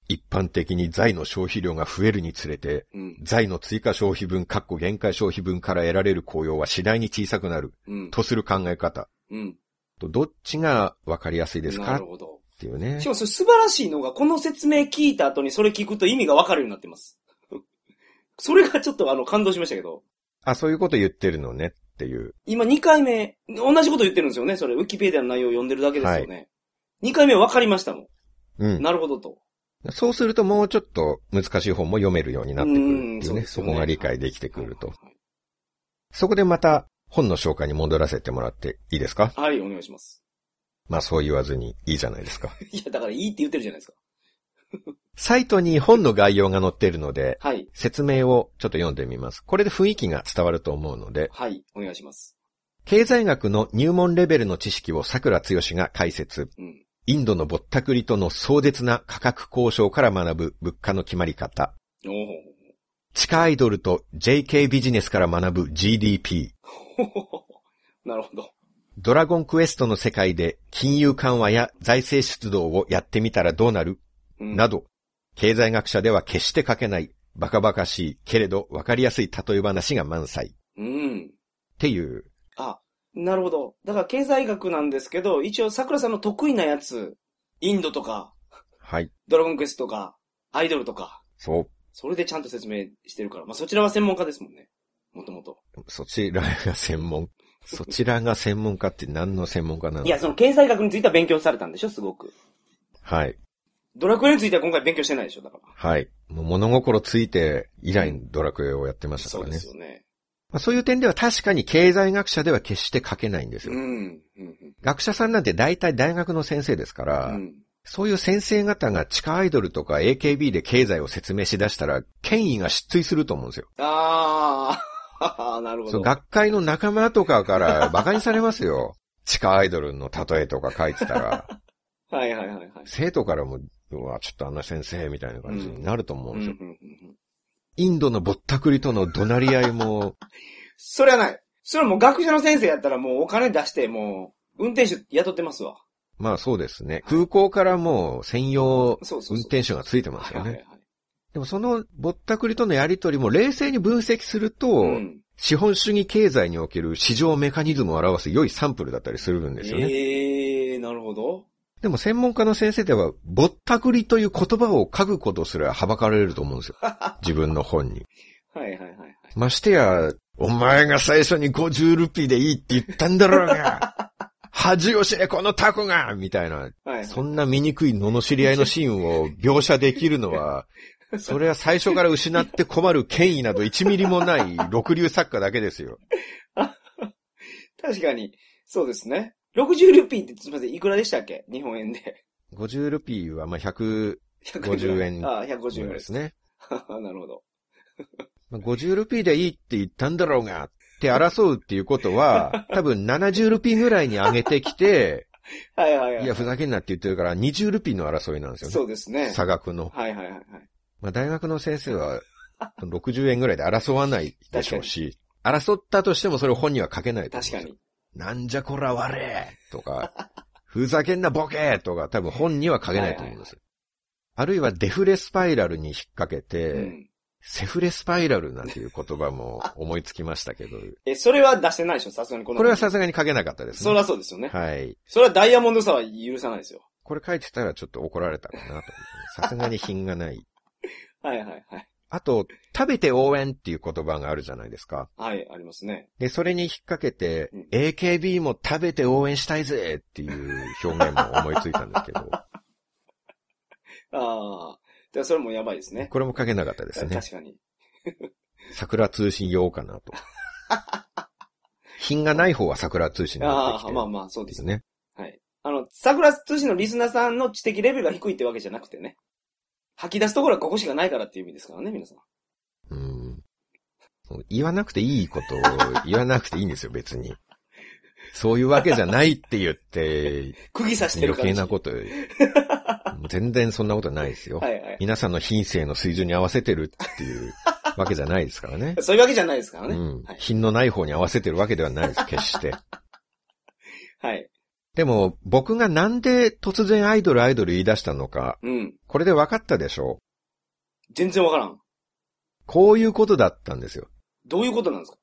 一般的に財の消費量が増えるにつれて、
うん。
財の追加消費分、かっこ限界消費分から得られる雇用は次第に小さくなる、
うん。
とする考え方。
うん。
とどっちがわかりやすいです
な
かっ
るほど。
ていうね
し。かもそれ素晴らしいのが、この説明聞いた後にそれ聞くと意味がわかるようになってます。 それがちょっとあの、感動しましたけど。
あ、そういうこと言ってるのねっていう。
今2回目、同じこと言ってるんですよね。それ、ウィキペディアの内容を読んでるだけですよね。二2回目分かりましたも
うん
ん。。なるほどと。
そうするともうちょっと難しい本も読めるようになってくるっていう
うんそう
ね。
です
そ
よね
こが理解できてくると
はい。。はい
そこでまた本の紹介に戻らせてもらっていいですか
はい、お願いします。
まあそう言わずにいいじゃないですか。
いや、だからいいって言ってるじゃないですか。
サイトに本の概要が載っているので、
はい。
説明をちょっと読んでみます。これで雰囲気が伝わると思うので、
はい、お願いします。
経済学の入門レベルの知識を桜剛が解説。
うん。
インドのぼったくりとの壮絶な価格交渉から学ぶ物価の決まり方。
お
地下アイドルと JK ビジネスから学ぶ GDP。
お。 なるほど。
ドラゴンクエストの世界で金融緩和や財政出動をやってみたらどうなる
うん
な。ど、経済学者では決して書けない、バカバカしいけれど分かりやすい例え話が満載っ
うん。
ていう、
あ、なるほど。だから経済学なんですけど、一応桜さんの得意なやつ、インドとか、
はい、
ドラゴンクエストとか、アイドルとか、
そ
それでちゃんと説明してるから。まあ、そちらは専門家ですもんね。もともと。
う、そちらが専門、そちらが専門家って何の専門家なの
いや、その経済学については勉強されたんでしょすごく。
はい、
ドラクエについては今回勉強してないでしょだから。
はい。もう物心ついて以来ドラクエをやってました
そ
か
う
ら
で
ね。
すよね。
まあ、そういう点では確かに経済学者では決して書けないんです
う
よ。
ん。うん。
学者さんなんて大体大学の先生ですか
う
ら、
ん。
そういう先生方が地下アイドルとか AKB で経済を説明しだしたら、権威が失墜すると思うんですよ。
あああ、 なるほ
そう、
ど。
学会の仲間とかから 馬鹿にされますよ。地下アイドルの例えとか書いてた ら、
はいはいはいはい。
生徒からも、うわ、ちょっとあんな先生みたいな感じになると思うん
うん
で
う
す
んうん
よ。
うん
インドのぼったくりとの怒鳴り合い も、
それはない。それはもう学者の先生やったらもうお金出して、もう、運転手雇ってますわ。
まあそうですね。空港からもう専用
そうそうそう。
運転手がついてます
はいは
よ
いは
ね。
い。
でもそのぼったくりとのやりとりも冷静に分析すると、
うん。
資本主義経済における市場メカニズムを表す良いサンプルだったりするんですよね。
ええー、なるほど。
でも専門家の先生では、ぼったくりという言葉を書くことすらはばかられると思うんです よ。自分の本に。
はいはいはいはい。
ましてや、お前が最初に50ルピーでいいって言ったんだろう が恥を知れこのタコがみたいな、
はいはい。
そんな醜い罵り合いのシーンを描写できる のは、それは最初から失って困る権威など1ミリもない六流作家だけですよ。
確かに、そうですね。60ルピーって、すみません、いくらでしたっけ日本円で。
50ルピーはまあ150
150
円
ああ、150円
円
で
ですす
ね。
ね。
なるほど。
まあ50ルピーでいいって言ったんだろうがって争うっていうこと は、多分70ルピーぐらいに上げてきて、
はい はいはい。
いや、ふざけんなって言ってるから20ルピーの争いなんですよね。
そうですね。
差額の。
はいはいはいはい。
まあ、大学の先生は、60円ぐらいで争わないでしょうし、争ったとしてもそれを本には書けないと思
確
うん
か
ですよ
に。
なんじゃこら悪れと か、ふざけんなボケとか多分本には書けないと思うんですよ。あるいはデフレスパイラルに引っ掛けて、
うん。
セフレスパイラルなんていう言葉も思いつきましたけど、
え、それは出してないでしょさすがにこの。
これはさすがに書けなかったです
そ
ね。
りゃそうですよね。
はい。
それはダイヤモンド差は許さないですよ。
これ書いてたらちょっと怒られたかなと思って。さすがに品がない。
はいはいはい。
あと、食べて応援っていう言葉があるじゃないですか。
はい、ありますね。
で、それに引っ掛けて
うん、
AKB も食べて応援したいぜっていう表現も思いついたんですけど、
ああ。でそれもやばいです ね。
これも書けなかったですね。
確かに。
桜通信用 かなと。品がない方は桜通信にな
あ
ってき
あ、
て
まあ
るん
まあ、そうで
ですす
ね。
ね。
はい。あの、桜通信のリスナーさんの知的レベルが低いってわけじゃなくてね。吐き出すところはここしかないからっていう意味ですからね、皆さん。
うん。言わなくていいことを言わなくていいんですよ、別に。そういうわけじゃないって言って、
釘刺してる感じ。
余計なこと、全然そんなことないですよ。
はいはい。。
皆さんの品性の水準に合わせてるっていうわけじゃないですからね
そういうわけじゃないですから
う
ね。
ん
はい。
品のない方に合わせてるわけではないです、決して。
はい。
でも、僕がなんで突然アイドルアイドル言い出したのか、
うん。
これで分かったでしょう。
全然わからん。
こういうことだったんですよ。
どういうことなんですか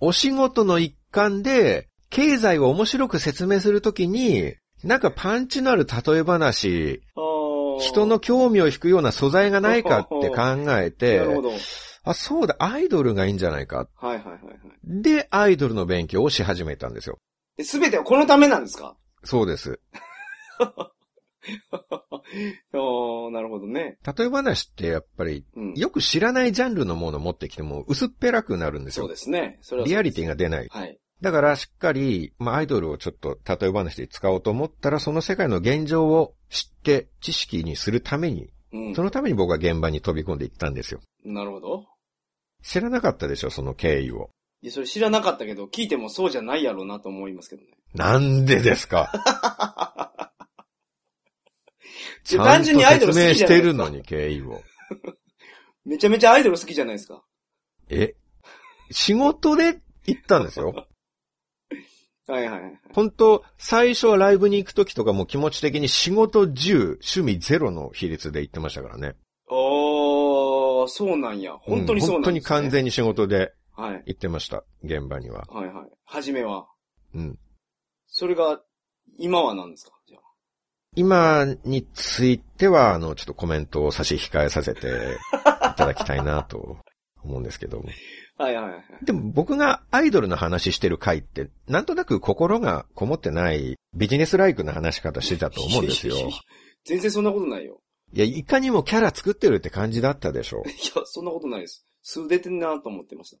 お仕事の一環で、経済を面白く説明するときに、なんかパンチのある例え話、
あー
人の興味を引くような素材がないかって考え
なるほ
て、
ど。はい
あ、そうだ、アイドルがいいんじゃないか。
はいはいはい。
で、アイドルの勉強をし始めたんですよ。
で、すべてはこのためなんですか
そうです。
あーなるほどね。
例え話ってやっぱり、
うん。
よく知らないジャンルのものを持ってきても薄っぺらくなるんです
そう
よ。
ですね。それはそうです
リアリティが出ない。
はい。
だからしっかり、まあアイドルをちょっと例え話で使おうと思ったら、その世界の現状を知って知識にするために、
うん
そ。のために僕は現場に飛び込んでいったんですよ。
なるほど。
知らなかったでしょ、その経緯を。
いや、それ知らなかったけど、聞いてもそうじゃないやろうなと思いますけどね。
なんでですかちゃ ん
単
と
純にアイドル好き
説明
じ
し
ゃな
て
いで
る
すか
のに経緯を。
めちゃめちゃアイドル好きじゃないですか。
え仕事で行ったんですよ。
はいはいはい。
本当最初はライブに行く時とかもう気持ち的に仕事10、趣味0の比率で行ってましたからね。
あー、そうなんや。本当にそう
うん本
な
当
んで
に
す、ね
完全に仕事で
はい。
行ってました。現場には。
はいはい。はじめは。
うん。
それが、今は何ですかじゃあ。
今については、あの、ちょっとコメントを差し控えさせていただきたいなと思うんですけ ども。
はいはいはい。
でも僕がアイドルの話してる回って、なんとなく心がこもってないビジネスライクな話し方してたと思うんで すよ。
いやいやいや。全然そんなことないよ。
いや、いかにもキャラ作ってるって感じだったでしょ
いや、そんなことないです。素出てんなと思ってました。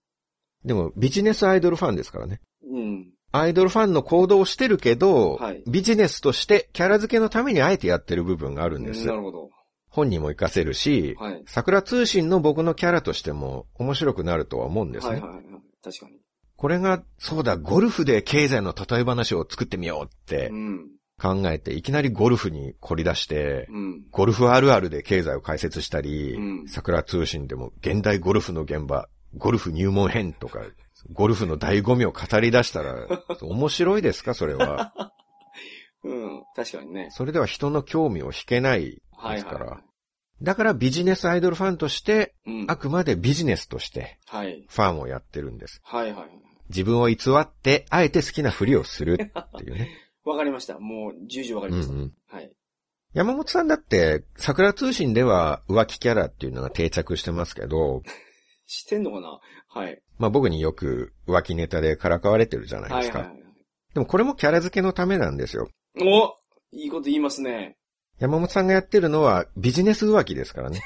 う。でも、ビジネスアイドルファンですからね。
うん。
アイドルファンの行動をしてるけど、
はい
ビジネスとしてキャラ付けのためにあえてやってる部分があるんです
なる。ほど。
本人も活かせるし、
はい。
桜通信の僕のキャラとしても面白くなるとは思うんですね。
はいはいはい。確かに。
これが、そうだ、ゴルフで経済の例え話を作ってみようって
うん。
考えて、いきなりゴルフに凝り出して、
うん。
ゴルフあるあるで経済を解説したり、
うん
桜通信でも現代ゴルフの現場、ゴルフ入門編とか、ゴルフの醍醐味を語り出したら、面白いですかそれは。
うん。確かにね。
それでは人の興味を引けない
は
で
い
すか
は
ら。
いは
だからビジネスアイドルファンとして、
い。うん。
あくまでビジネスとして
はい。
ファンをやってるんです。
はいはい。
自分を偽って、あえて好きなふりをするっていうね。
わかりました。もう、重々わかり
うんう
ました。
ん。
はい。
山本さんだって、桜通信では浮気キャラっていうのが定着してますけど、
してんのかなはい。
まあ僕によく浮気ネタでからかわれてるじゃない
は
です
い
か。
はいはい。
でもこれもキャラ付けのためなんですよ。
おいいこと言いますね。
山本さんがやってるのはビジネス浮気ですからね。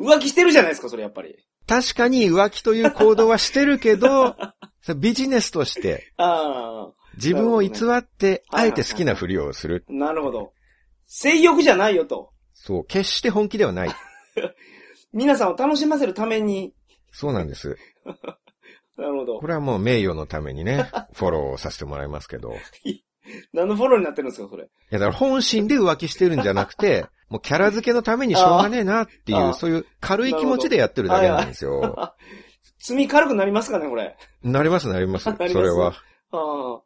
浮気してるじゃないですか、それやっぱり。
確かに浮気という行動はしてるけ ど、それビジネスとして
ああ、
自分を偽って、
なるほど
あ
ね
えて好きなふりをする。
なるほど。性欲じゃないよと。
そう、決して本気ではない。
皆さんを楽しませるために。
そうなんです。
なるほど
こ。れはもう名誉のため にね、フォローさせてもらいますけど。い
何のフォローになってるんですか、それ。
や、だから本心で浮気してるんじゃな くて、もうキャラ付けのためにしょうがねえなってい
あ
う、
あ
そういう軽い気持ちでやってるだけなんですよ。
罪軽くなりますかね、これ。
なります、なります。
なります
それは。
ああ。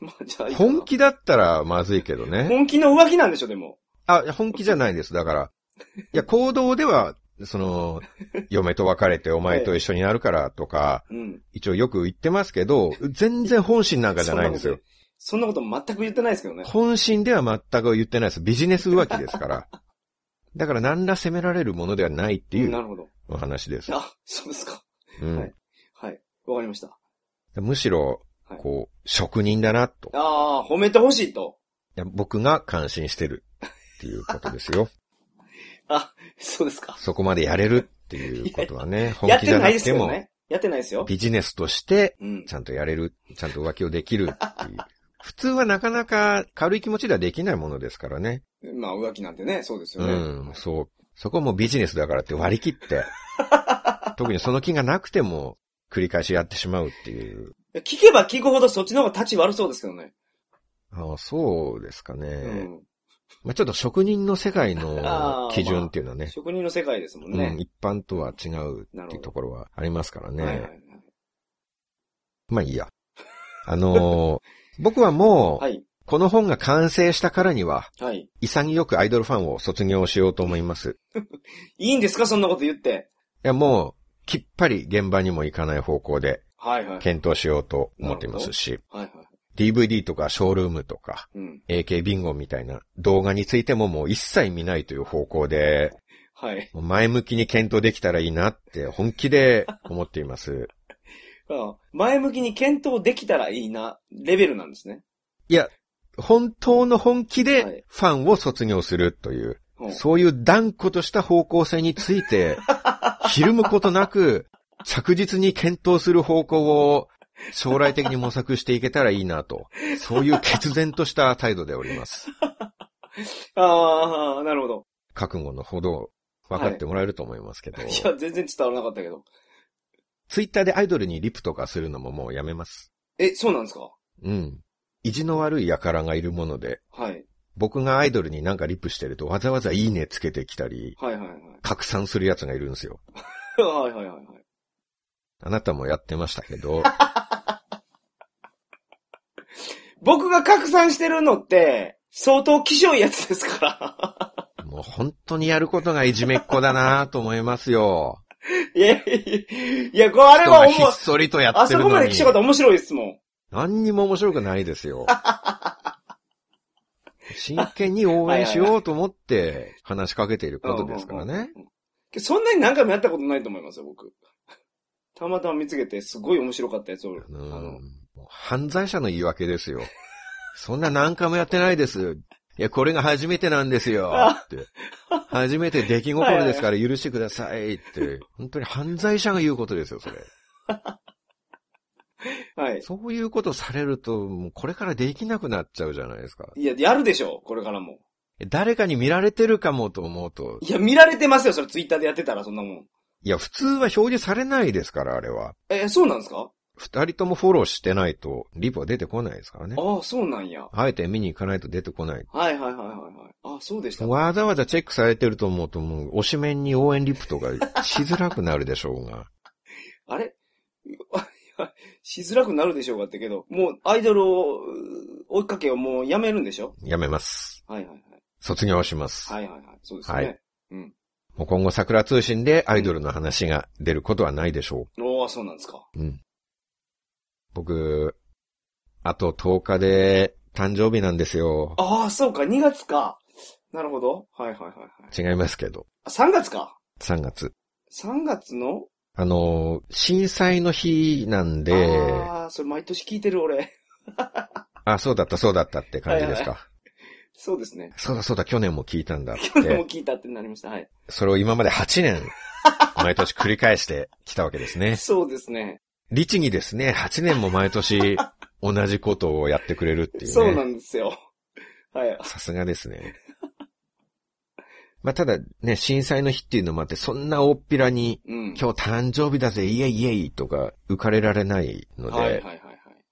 まあ、じゃあいいかな
本気だったらまずいけどね。
本気の浮気なんでしょ、でも。
あ、本気じゃないです。だから。いや、行動では、その、嫁と別れてお前と一緒になるからとか、
うん。
一応よく言ってますけど、全然本心なんかじゃないんですよ。
そんなこと全く言ってないですけどね。
本心では全く言ってないです。ビジネス浮気ですから。だから何ら責められるものではないってい
な
う
るほど。
お話です。
あ、そうですか。
うん
はいはい。わかりました。
むしろ
は、い
こう、職人だなと。い
ああ、褒めてほしいと。
や僕が感心してるっていうことです よ。
あ、そうですか。
そこまでやれるっていうことはね、本
やっ
気じ
て
ゃ
な
ない
で
く
すけ
て
ど
も、
ね。やってないですよ。
ビジネスとして、
うん。
ちゃんとやれる、ちゃんと浮気をできるっていう。普通はなかなか軽い気持ちではできないものですからね。
まあ、浮気なんてね、そうですよ
う
ね。
ん、そう。そこもビジネスだからって割り切 って、特にその気がなくても繰り返しやってしまうっていう。
聞けば聞くほどそっちの方が立ち悪そうですけどね。
あそうですかね。
うん。
まあちょっと職人の世界の
あー
基準っていうのはね、
職人の世界ですもん
うん、
ね。
一般とは違うっていうところはありますからね。
はいはいはい
まあいいや。あのー 僕はもう、
はい。
この本が完成したからには、
はい。
潔くアイドルファンを卒業しようと思います。い
いいんですかそんなこと言って。
や、もう、きっぱり現場にも行かない方向で
はいはい。はい
検討しようと思っていますし、
はい。
DVD とかショールームとか、
うん。
AK ビンゴみたいな動画についてももう一切見ないという方向で、
はい。
もう前向きに検討できたらいいなって本気で思っています。
あ前向きに検討できたらいいな、レベルなんですね。
いや、本当の本気
は
で
い
ファンを卒業するという、
うん
そういう断固とした方向性について、ひるむことなく、着実に検討する方向を将来的に模索していけたらいいなと、そういう決然とした態度でおります。
ああ、なるほど。
覚悟のほど、分かってもらえると思いますけど、
いや、全然伝わらなかったけど。
ツイッターでアイドルにリプとかするのももうやめます。
え、そうなんですか
うん。意地の悪い輩がいるもので、
はい。
僕がアイドルになんかリプしてるとわざわざいいねつけてきたり、
はいはいはい。
拡散するやつがいるんですよ。
はいはいはいはい。
あなたもやってましたけ ど、
僕が拡散してるのって、相当希少いやつですから。
もう本当にやることがいじめっ子だなと思いますよ。
いやいやいや、いや、これあれ
人
は
が
思
ひっ
う。
そりとや
あ
って
そ
る
こま
の
で
に
希、少かったら面白いですもん。
何にも面白くないで すよ。真剣に応援しようと思って話しかけていることですからね。
そんなに何回もやったことないと思いますよ、僕。 たまたま見つけて、すごい面白かったやつを。
う
あの
んもう犯罪者の言い訳ですよ。そんな何回もやってないです。いや、これが初めてなんですよ。って。初めて出来心ですから許してくださいって。本当に犯罪者が言うことですよ、それ。
はい。
そういうことされると、もうこれからできなくなっちゃうじゃないですか。
いや、やるでしょう、これからも。
誰かに見られてるかもと思うと、
いや、見られてますよ、それツイッターでやってたら、そんなもん。
いや、普通は表示されないですから、あれは。
えー、そうなんですか
二人ともフォローしてないと、リプは出てこないですからね。
ああ、そうなんや。
あえて見に行かないと出てこない。
はいはいはいはいはい。あそうでした。
わざわざチェックされてると思うと、もう、推しメンに応援リプとかしづらくなるでしょうが。
あれ あいやしづらくなるでしょうかってけど、もうアイドルを追いかけをもうやめるんでしょ
やめます。
はいはいはい。
卒業します。
はいはいはい。そうですよね。
はい
うん。
もう今後桜通信でアイドルの話が出ることはないでしょ
おー、そうなんですか。
う。うん。僕、あと10日で誕生日なんですよ。
ああ、そうか、2月か。なるほど。はいはいはいはい。
違いますけど、
あ、3月か。
3月。
3月の
あの、震災の日なんで、
ああ、それ毎年聞いてる俺。
あそうだったそうだったって感じですか。
そうですね。
そうだそうだ、去年も聞いたんだっ
去年も
て。
聞いたってなりました。はい。
それを今まで8年、 毎年繰り返してきたわけですね。
そうですね。
律儀ですね。8年も毎年同じことをやってくれるっていうね。
そうなんですよ。はい。
さすがですね。まあただね、震災の日っていうのもあって、そんな大っぴらに、
うん。
今日誕生日だぜ、イエイイエイとか、浮かれられないので、
はいはいはいはい。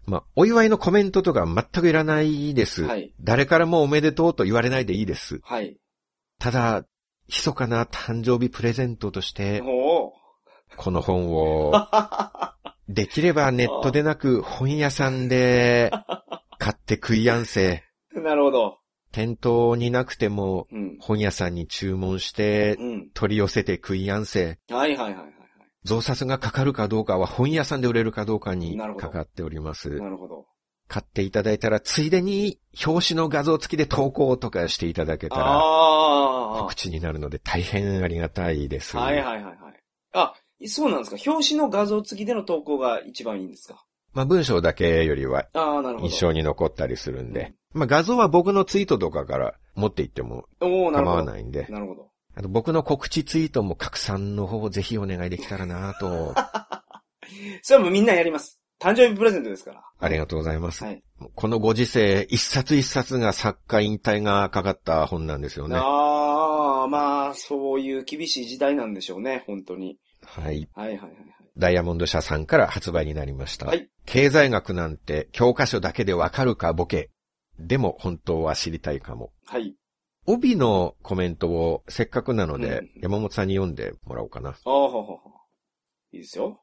まあ、お祝いのコメントとか全くいらないです。
はい
誰からもおめでとうと言われないでいいです。
はい。
ただ、密かな誕生日プレゼントとして、
おー。
この 本を、できればネットでなく本屋さんで買って食いやんせ。
なるほど。
店頭になくても
うん。
本屋さんに注文して
うん。
取り寄せて食いやんせ。
はいはいはいはいは
増刷がかかるかどうかは本屋さんで売れるかどうかに
なるほど
かかっておりま
い。
す。
なるほど。
買っていただいたら、ついでに表紙の画像付きで投稿とかしていただけたら、
あ
告知になるので大変ありがたいです。
あ。はいはいはいはい。あ、そうなんですか。表紙の画像付きでの投稿が一番いいんですか。
まあ文章だけよりは
ああ、なるほど。
印象に残ったりするんで。まあ画像は僕のツイートとかから持っていっても
おおなる
構
ほ
わ
ど。
ないんで。
なるほど。
あと僕の告知ツイートも拡散の方をぜひお願いできたらな と、
それはもうみんなやります。誕生日プレゼントですから。
ありがとうございます。
はい。
もうこのご時世、一冊一冊が作家引退がかかった本なんですよね。
ああ、まあ、そういう厳しい時代なんでしょうね、本当に。
はい。
はいはいはいはい。
ダイヤモンド社さんから発売になりました。
はい
経済学なんて教科書だけでわかるかボケ。でも本当は知りたいかも。
はい。
帯のコメントをせっかくなので、
うん
山本さんに読んでもらおうかな。
ああ、ほうほうほう。いいですよ。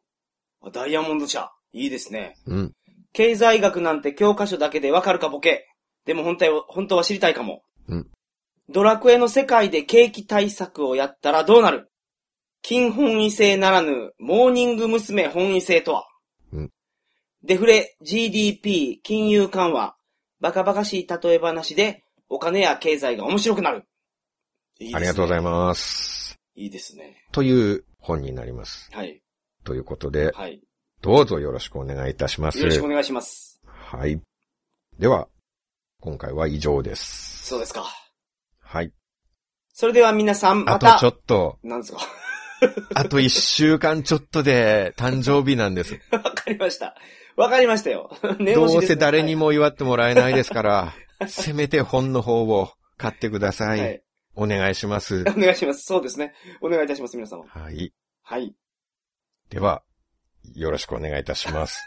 あダイヤモンド社。いいですね。
うん。
経済学なんて教科書だけでわかるかボケ。でも本体を、本当は知りたいかも。
うん。
ドラクエの世界で景気対策をやったらどうなる金本位制ならぬ、モーニング娘。本位制とは
うん。
デフレ、GDP、金融緩和、バカバカしい例え話で、お金や経済が面白くなる。いいですね
ありがとうございます。
いいですね。
という本になります。
はい。
ということで、
はい。
どうぞよろしくお願いいたします。
よろしくお願いします。
はい。では、今回は以上です。
そうですか。
はい。
それでは皆さん、
あ
ま
と
た。
ちょっと、
なんですか
あと一週間ちょっとで誕生日な んです。
わかりました。わかりましたよ。 念押
ど
し
う
ですね
せ誰にも祝ってもらえないですから、せめて本の方を買ってくださ。
はいい。
お願いします
は。いお願いします。そうですね。お願いいたします、皆様。
はい。
はい。
では、よろしくお願いいたします。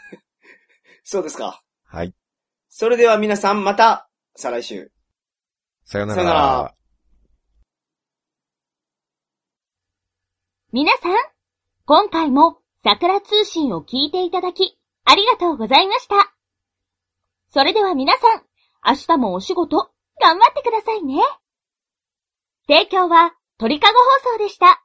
そうですか。
はい。
それでは皆さん、また、再来週。
さような
さような
ら
ら。
皆さん、今回も桜通信を聞いていただき、ありがとうございました。それでは皆さん、明日もお仕事、頑張ってくださいね。提供は鳥かご放送でした。